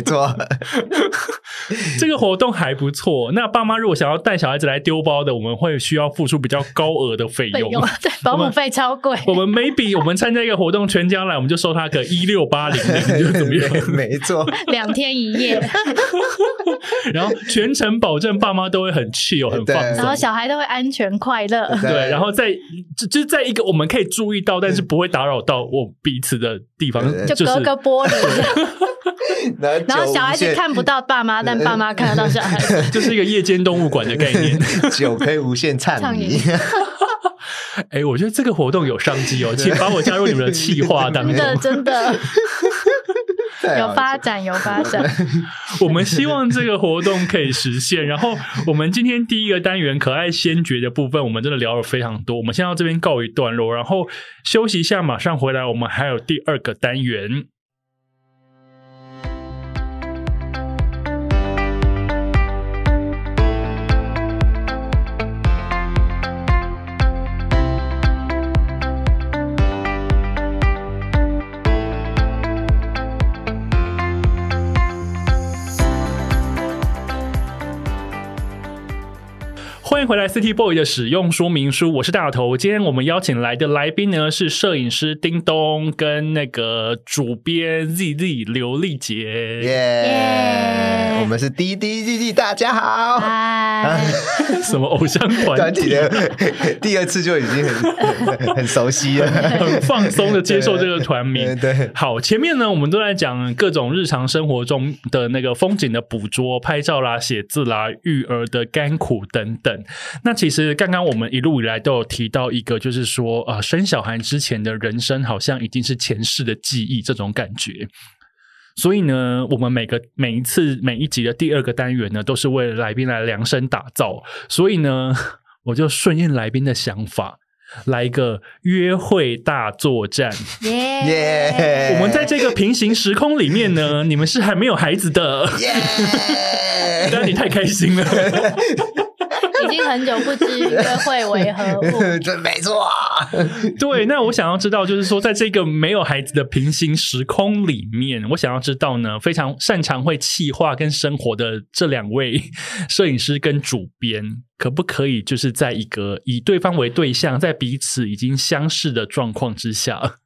[LAUGHS] 错，这个活动还不错。那爸妈如果想要带小孩子来丢包的，我们会需要付出比较高额的费费用。用，对，保姆费超贵。 [LAUGHS] 我们 maybe 我们参加一个活动，全家来，我们就收他个一六八零 [LAUGHS] 零，就怎么样？没错， [LAUGHS] 两天一 [LAUGHS] 夜，然后全程保证爸妈都会很 chill，很对放然后松。小孩都会安全快乐。对，然后在就就是在一个我们可以注意到，但是不会打扰到我彼此的地方，对就就是隔个玻璃， [LAUGHS] [LAUGHS] 然然后小孩子看不到爸妈，但爸妈看得到小孩子。 [LAUGHS] 就是一个夜间动物馆 [LAUGHS] 的概念。酒可以无限畅畅饮饮， [LAUGHS] 哎，我觉得这个活动有商机哦，请把我加入你们的企划当真中。的真的 [LAUGHS] 对啊有发 [LAUGHS] 展有发 [LAUGHS] 展，我们希望这个活动可以实现。然后，我们今天第一个单元“可爱先觉”的部分，我们真的聊了非常多。我们先到这边告一段落，然后休息一下，马上回来。我们还有第二个单元。欢迎回来，City Boy 的使用说明书，我是大头。今天我们邀请来的来宾呢是摄影师叮咚跟那个主编 ZZ 刘丽杰。耶耶！我们是滴滴滴滴，大家好。哎，什么偶像团团体体的 [LAUGHS] 第二次就已经很很 [LAUGHS] 很熟悉了，很放松的接受这个团名。 [LAUGHS] 对对好，前面呢，我们都在讲各种日常生活中的那个风景的捕捉、拍照啦、写字啦、育儿的甘苦等等。那其实刚刚我们一路以来都有提到一个，就是说，呃，生小孩之前的人生好像已经是前世的记忆这种感觉。所以呢，我们每个每一次每一集的第二个单元呢，都是为了来宾来量身打造。所以呢，我就顺应来宾的想法，来一个约会大作战。耶！耶！我们在这个平行时空里面呢，你们是还没有孩子的，[LAUGHS] 耶，但你太开心了。 [LAUGHS] 已经很久不知约会为何 [LAUGHS] 物，哦 [LAUGHS] 这没错，对，那我想要知道，就是说，在这个没有孩子的平行时空里面，我想要知道呢，非常擅长会气化跟生活的这两位 [LAUGHS] 摄影师跟主编，可不可以就是在一个以对方为对象，在彼此已经相识的状况之下，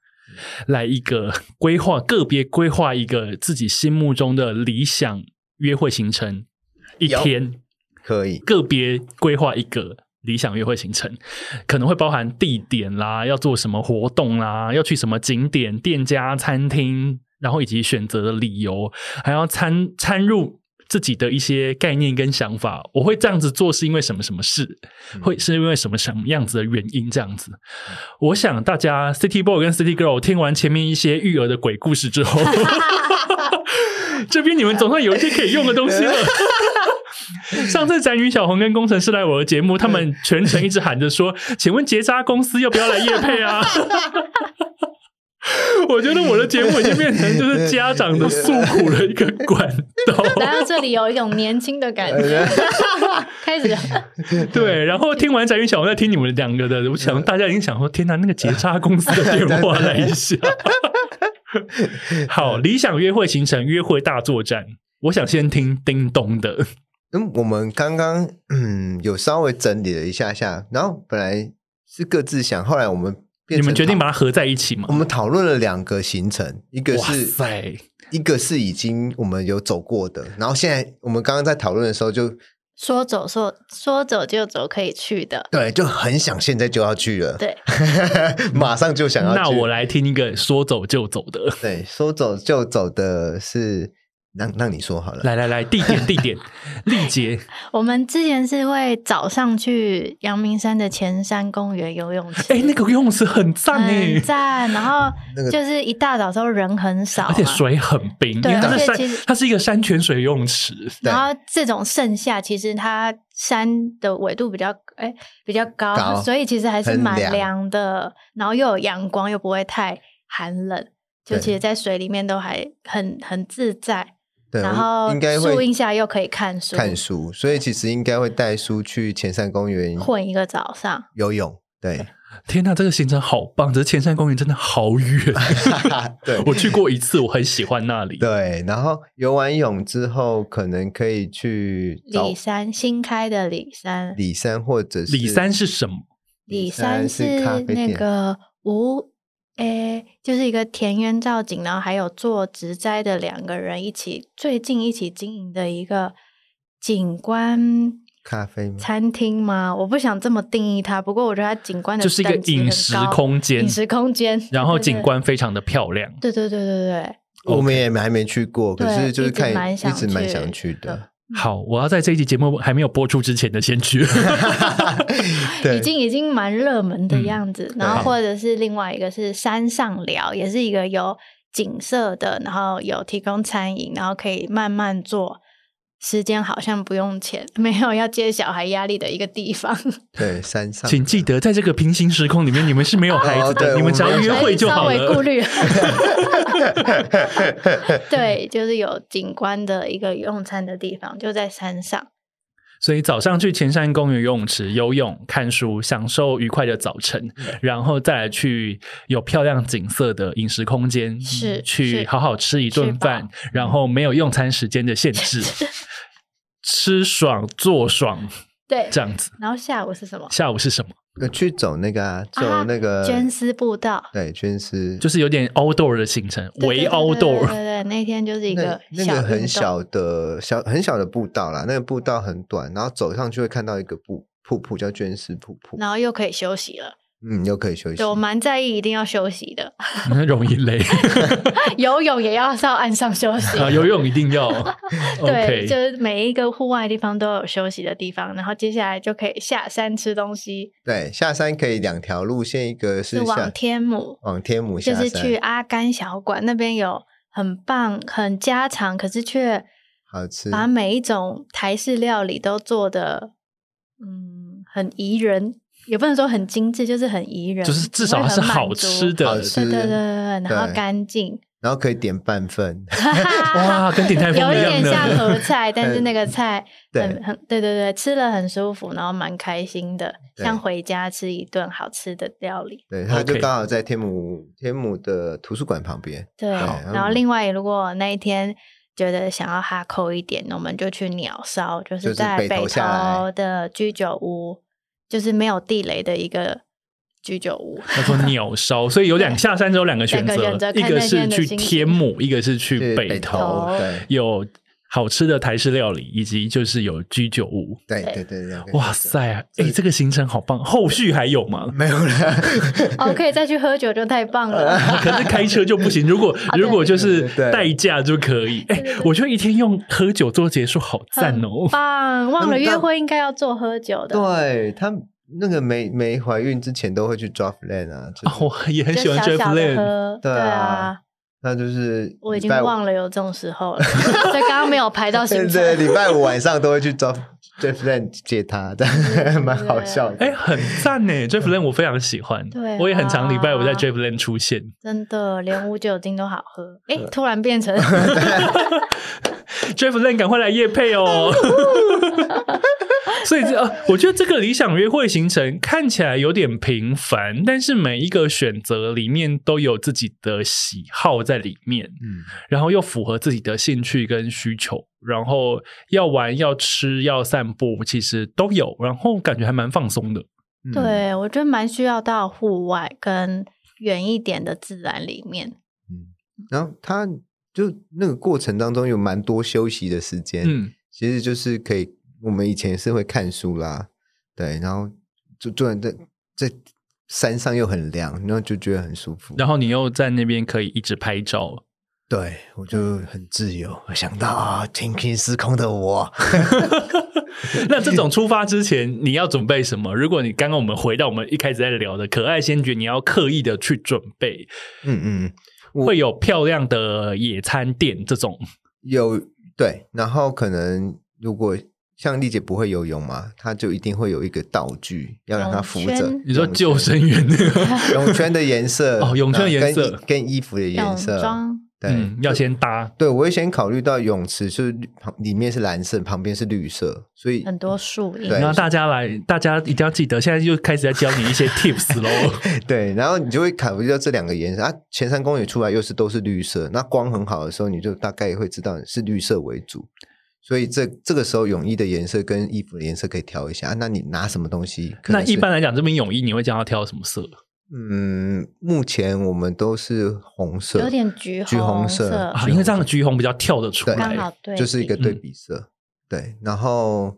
来一个规划，个别规划一个自己心目中的理想约会行程一有天。可以，个别规划一个理想约会行程，可能会包含地点啦，要做什么活动啦，要去什么景点、店家、餐厅，然后以及选择的理由，还要参参入。自己的一些概念跟想法，我会这样子做是因为什么什么事，会是因为什么什么样子的原因这样子。我想大家 City Boy 跟 City Girl 听完前面一些育儿的鬼故事之后，这边你们总算有一些可以用的东西了。上次展宇、小红跟工程师来我的节目，他们全程一直喊着说：“请问结扎公司要不要来夜配啊？” [LAUGHS] 我觉得我的节目已经变成就是家长的诉苦的一个管道。来到这里有一种年轻的感觉，哎 [LAUGHS] 开始 [LAUGHS] 对，然后听完翟云小红在听你们两个的，我想大家已经想说，天哪，那个结扎公司的电话来一下。好，理想约会行程，约会大作战。我想先听叮咚的，嗯，我们刚刚嗯有稍微整理了一下下，然后本来是各自想，后来我们变你成们决定讨把它合在一起吗我？们讨论了两个行程，一个哇是塞，一个是已经我们有走过的，然后现在我们刚刚在讨论的时候就说走说说走就走可以去的，对就很想现在就要去了，对， [LAUGHS] 马上就想要去。那我来听一个说走就走的。对说走就走的是让让你说好了，来来来，地点地 [LAUGHS] 点，丽杰，我们之前是会早上去阳明山的前山公园游泳池，哎，那个游泳池很赞哎很，嗯赞，然后那个就是一大早时候人很少嘛，而且水很冰，因对为它是而且山其实，它是一个山泉水游泳池。对然后这种盛夏，其实它山的纬度比较哎比较高，高所以其实还是蛮很凉凉的，然后又有阳光，又不会太寒冷，就对其实，在水里面都还很很自在，对，然后应该树会荫下又可以看书，看书，所以其实应该会带书去前山公园混一个早上。游泳。对，天呐，这个行程好棒！只是前山公园真的好远， [LAUGHS] 对我去过一次，我很喜欢那里。对，然后游完泳之后，可能可以去找里山新开的里山，里山或者是里山是什么？里山是咖啡那店个无，诶、就是一个田园造景，然后还有做植栽的两个人一起最近一起经营的一个景观咖啡吗？餐厅吗？我不想这么定义它，不过我觉得它景观的就是一个等级很饮食高空间饮食空间，然后对对景观非常的漂亮。对对对对对，我们也还没去过，可对是就是一直看蛮想一直蛮去想去的。 [LAUGHS] 嗯好，我要在这一集节目还没有播出之前的先去。 [LAUGHS] 对已，经已经蛮热门的嗯样子。然后对或者是另外一个是山上聊，也是一个有景色的，然后有提供餐饮，然后可以慢慢做。时间好像不用钱，没有要接小孩压力的一个地方。对山上，请记得，在这个平行时空里面，你们是没有孩子哦对的，你们只要我们没约有会就稍好微顾了。虑。 [LAUGHS] 对，就是有景观的一个用餐的地方，就在山上。所以早上去前山公园游泳池游泳、看书，享受愉快的早晨，嗯然后再来去有漂亮景色的饮食空间，是去是好好吃一顿饭吃，然后没有用餐时间的限 [LAUGHS] 制，吃爽做爽对，这样子。然后下午是什么？下午是什么？呃去走那个啊，啊走那个捐丝步道。对，捐丝就是有点 outdoor 的行程，对围对对对对 outdoor。对对，那天就是一那个那小个运很动小的小很小的步道啦，那个步道很短，然后走上去会看到一个瀑瀑布叫捐丝瀑布，然后又可以休息了。嗯，又可以休息对，。我蛮在意一定要休息的，那 [LAUGHS] 容易累游泳也要到岸上休息。啊！游泳一定要 [LAUGHS] 对 OK，就是每一个户外地方都有休息的地方，然后接下来就可以下山吃东西，对，下山可以两条路线，一个是是往下天母，往天母下就山，是去阿甘小馆那边有很棒、很家常，可是却好吃把每一种台式料理都做的，嗯，很宜人，也不能说很精致，就是很宜人，就是至你会少是很满好足吃好的，吃对对对对对，然后对干净，然后可以嗯点半份，哇，跟鼎泰丰有一一样点像的。合菜，但是那个菜 [LAUGHS] [LAUGHS] 对很很对对对，吃了很舒服，然后蛮开心的，对像回家吃一顿好吃的料理。对，它就 OK 刚好在天母天母的图书馆旁边，对，好嗯然后另外如果那一天觉得想要哈扣一点，我们就去鸟烧，就就是是在北北投下投来的居酒屋，就是没有地雷的一个居酒屋。叫 [LAUGHS] 做鸟烧，所以有两下山之后两个选两个择选择，一看个那是天的去心情天母，一个是去去北北投投投，对有好吃的台式料理，以及就是有居酒屋。对对对对对，哇塞，哎、这个行程好棒！后续还有 [LAUGHS] 吗？没有 [LAUGHS] 了，哦，可以再去喝酒就太 [LAUGHS] 棒了。可是开车就不行。如果对如果就是啊对对代驾就可以。哎、对对我觉得一天用喝酒做结束，好赞哦、 [LAUGHS] 很棒！忘了嗯但约会应该要做喝酒的，对啊他那个没没怀孕之前都会去 drop land 啊，就啊是我也很喜就欢小 Jeff 小的 Lynne，喝。对对啊啊，那就是 [LAUGHS] 我已经礼拜五忘了有这种时候了，所以刚刚没有排到行对程。对，礼拜五晚上都会去找 [LAUGHS] Jeff Lynne 接他，嗯但 [LAUGHS] 蛮好笑的。哎、很赞呢！Jeff Lynne 我非常喜欢，对啊我也很常礼拜五在 Jeff Lynne 出现。真的，连无酒精都好喝。哎，嗯突然 [LAUGHS] 变成 Jeff Lynne 赶快来夜配哦！所以这、呃，我觉得这个理想约会行程看起来有点平凡，但是每一个选择里面都有自己的喜好在里面。嗯，然后又符合自己的兴趣跟需求，然后要玩、要吃、要散步，其实都有，然后感觉还蛮放松的。嗯， [LAUGHS] 对我觉得蛮需要到户外跟远一点的自然里面。嗯然后他就那个过程当中有蛮多休息的时间，嗯，其实就是可以，我们以前是会看书啦，对，然后就突然在在山上又很凉，然后就觉得很舒服。然后后你又在那边可以一直拍照，对我就很自由，我想到啊，天平时空 [LAUGHS] 的我， [LAUGHS] 那这种出发之前你要准备什么？如果你刚刚我们回到我们一开始在聊的可爱先觉，你要刻意的去准备，嗯嗯，我会有漂亮的野餐垫这 [LAUGHS] 种，有对，然后可能如果。像丽姐不会游泳嘛，她就一定会有一个道具要让她扶泳着圈。你说泳圈救生员那个，泳圈的颜 [LAUGHS] 色啊哦泳圈的颜色跟衣跟衣服的泳颜色，装 [LAUGHS] 对，嗯，要先搭。对我会先考虑到泳池是绿旁里面是蓝色，旁边是绿色，所以很多树嗯荫，对然后大家来，大家一定要记得，现在就开始在教你一些 tips 喽。 [LAUGHS] 对，然后你就会考虑到这两个颜色啊。前三公里出来又是都是绿色，那光很好的时候，你就大概会知道是绿色为主。所以这这个时候泳衣的颜色跟衣服的颜色可以调一下、啊那你拿什么东西？ [LAUGHS] 可那能是一般来讲，这边泳衣你会将它挑什么色？嗯，目前我们都是红色，有点橘橘红色色啊，因为这样橘红比较跳得出刚来好。对比，就是一个对嗯比色。对，然后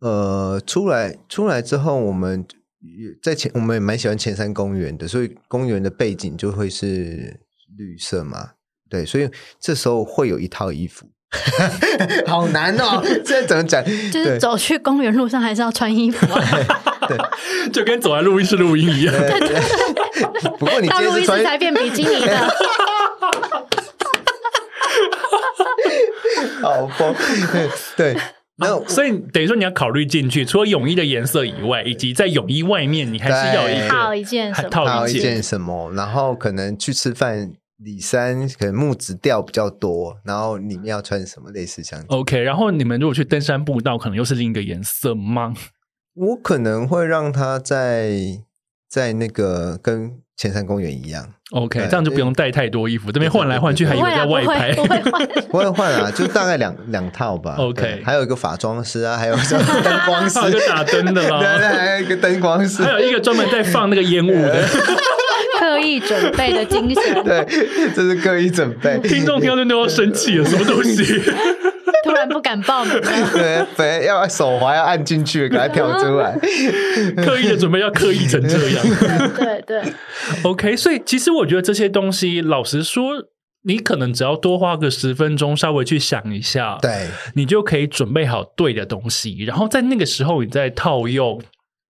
呃，出来出来之后，我们也在前我们也蛮喜欢前山公园的，所以公园的背景就会是绿色嘛。对，所以这时候会有一套衣服， [LAUGHS] 好难哦！这怎么讲？就对是走去公园路上还是要穿衣服啊。就跟走在录音室录音一样。不过 [LAUGHS] 你今到天路是易穿斯才变比基尼的，好风， [LAUGHS] 对，那哦我所以等于说你要考虑进去，除了泳衣的颜色以外，以及在泳衣外面，你还是要有一 [LAUGHS] 对套个一件什还么？套套一一件件。什么，然后可能去吃饭，里衫可能木质调比较多，然后里面要穿什么类似像 OK，然后你们如果去登山步道，可能又是另一个颜色吗？我可能会让他在在那个跟前山公园一样， OK，对这样就不用带太多衣服，这边换来换去还对以不为会在啊，不外会，拍。[LAUGHS] 不会换。不会换啊，就大概两两套吧。 OK 啊对还有一个法妆师啊，还有什么 [LAUGHS] 灯光师，还有一个打灯的啦对对，还有一个灯光师还，有一个专门在放那个烟雾的刻意准备的精 [LAUGHS] 神，对，这是刻意准备。 [LAUGHS] 听众听到就都要生气了，什么东 [LAUGHS] 西？突然不敢报名了。对，本来要手滑要按进去，给它跳出来。 [LAUGHS] 刻意的准备要刻意成这样。对对， OK，所以其实我觉得这些东西，老实说，你可能只要多花个十分钟，稍微去想一下，，对，你就可以准备好对的东西，然后在那个时候，你再套用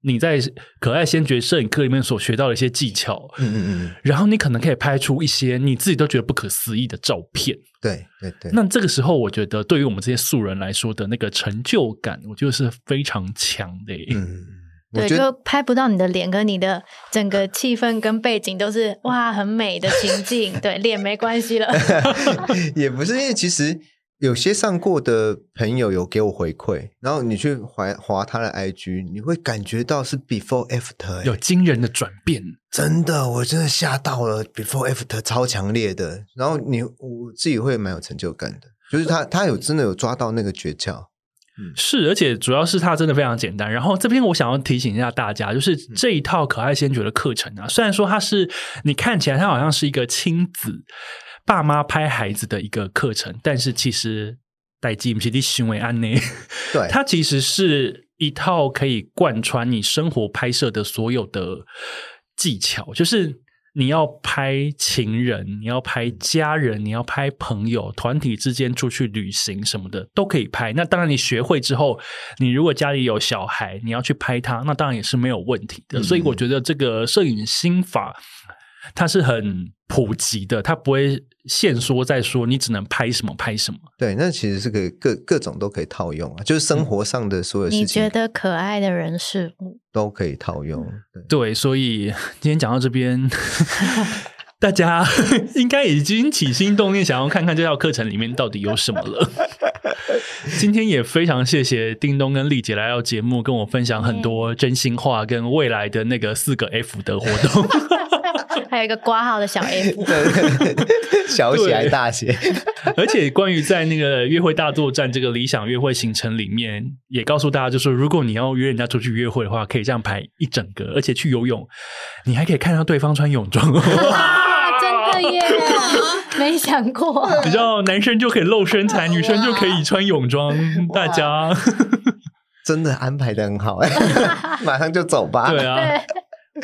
你在可爱先觉摄影课里面所学到的一些技巧，嗯嗯嗯，然后你可能可以拍出一些你自己都觉得不可思议的照片。对对对。那这个时候，我觉得对于我们这些素人来说的那个成就感，我觉得是非常强的耶。嗯，我对，觉得就拍不到你的脸跟你的整个气氛跟背景都是哇很美的情境， [LAUGHS] 对脸没关系了。 [LAUGHS] 也不是，因为其实有些上过的朋友有给我回馈，然后你去划划他的 IG，你会感觉到是 before after，、有欸、惊人的转变，真的，我真的吓到了，before after 超强烈的。然后你我自己会蛮有成就感的，就是他他有真的有抓到那个诀窍，是，而且主要是它真的非常简单。然后这边我想要提醒一下大家，就是这一套可爱先觉的课程啊，虽然说它是你看起来它好像是一个亲子爸妈拍孩子的一个课程，但是其实代际不是你行为案呢，对，它其实是一套可以贯穿你生活拍摄的所有的技巧，就是。你要拍情人，你要拍家人，你要拍朋友，团体之间出去旅行什么的都可以拍。那当然，你学会之后，你如果家里有小孩，你要去拍他，那当然也是没有问题的。嗯所以我觉得这个摄影心法它是很普及的，它不会限缩在说你只能拍什么拍什么。对，那其实是可以各各种都可以套用啊，就是生活上的所有你事觉情得可爱的人事物， [LAUGHS] 都可以套用。对， [LAUGHS] 对，所以今天讲到这 [LAUGHS] 边，大家 [LAUGHS] 应该已经起心动念，想要看看这套课程里面到底有什么了。今天也非常谢谢叮咚跟丽姐来到节目，跟我分享很嗯多真心话跟未来的那个四个 F 的活动。 [LAUGHS] 还有一个挂号的小 F，小写还大写，而且关于在那个约会大作战这个理想约会行程里面，也告诉大家，就是如果你要约人家出去约会的话，可以这样排一整个，而且去游泳，你还可以看到对方穿泳装哦。啊，真 [LAUGHS] 的耶，没想过。。比较男生就可以露身材，女生就可以穿泳装。大家真的安排的很好 [LAUGHS] 哎、马上就走吧。 [LAUGHS] 对啊，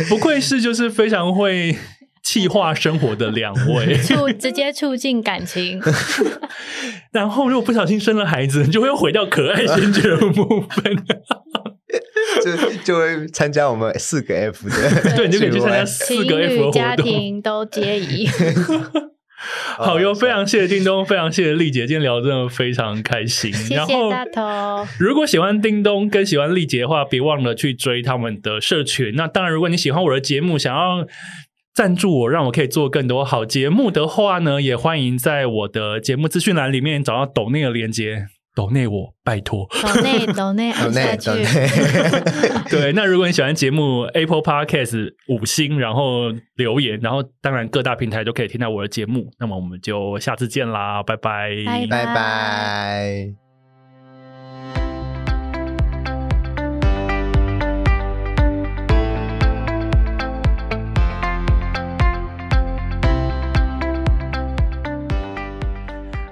不愧是就是非常会气化生活的两位 [LAUGHS] 促直接促进感情，然后如果不小心生了孩子，你就会毁掉可爱先觉的部分。 [LAUGHS] 就就会参加我们四个 F 的，对，你就可以去参加 [LAUGHS] 情四个 F 侣、的家活动。庭都皆宜。好哟，非常谢谢叮咚，非常谢谢丽姐，今天聊得真的非常开心。谢 [LAUGHS] 然谢后大头，如果喜欢叮咚跟喜欢丽姐的话，别忘了去追他们的社群。那当然，如果你喜欢我的节目，想要赞助我，让我可以做更多好节目的话呢，也欢迎在我的节目资讯栏里面找到抖内的连接。抖内我，拜托。抖内抖内抖按下内去抖，内，对，那如果你喜欢节目，Apple Podcast 五星，然后留言，然后当然各大平台都可以听到我的节目。那么我们就下次见啦，拜拜，拜拜拜。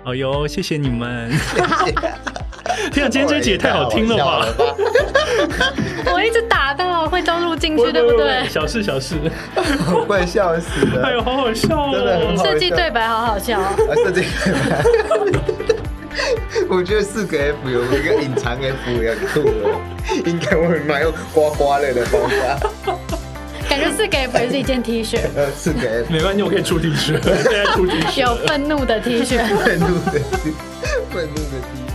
哦哟，谢谢你们！天啊，今天这集也太好听了吧！吧！ [LAUGHS] 我一直打到会都录进不会去，对不会对会？小事小事， [LAUGHS] 我快笑死了。哎呦，好好笑真的很哦好！设计对白好好笑哦，啊，设计可以吗 [LAUGHS] 我觉得四个 F 有一个隐藏 F 也很酷哦，应该我蛮有刮刮乐的方法。感觉是给粉丝一件 T 恤，呃，四个 F 没关系，我可以出 [LAUGHS] T 恤，现在出 T 恤。有愤怒的 T 恤。愤怒的愤怒的地方。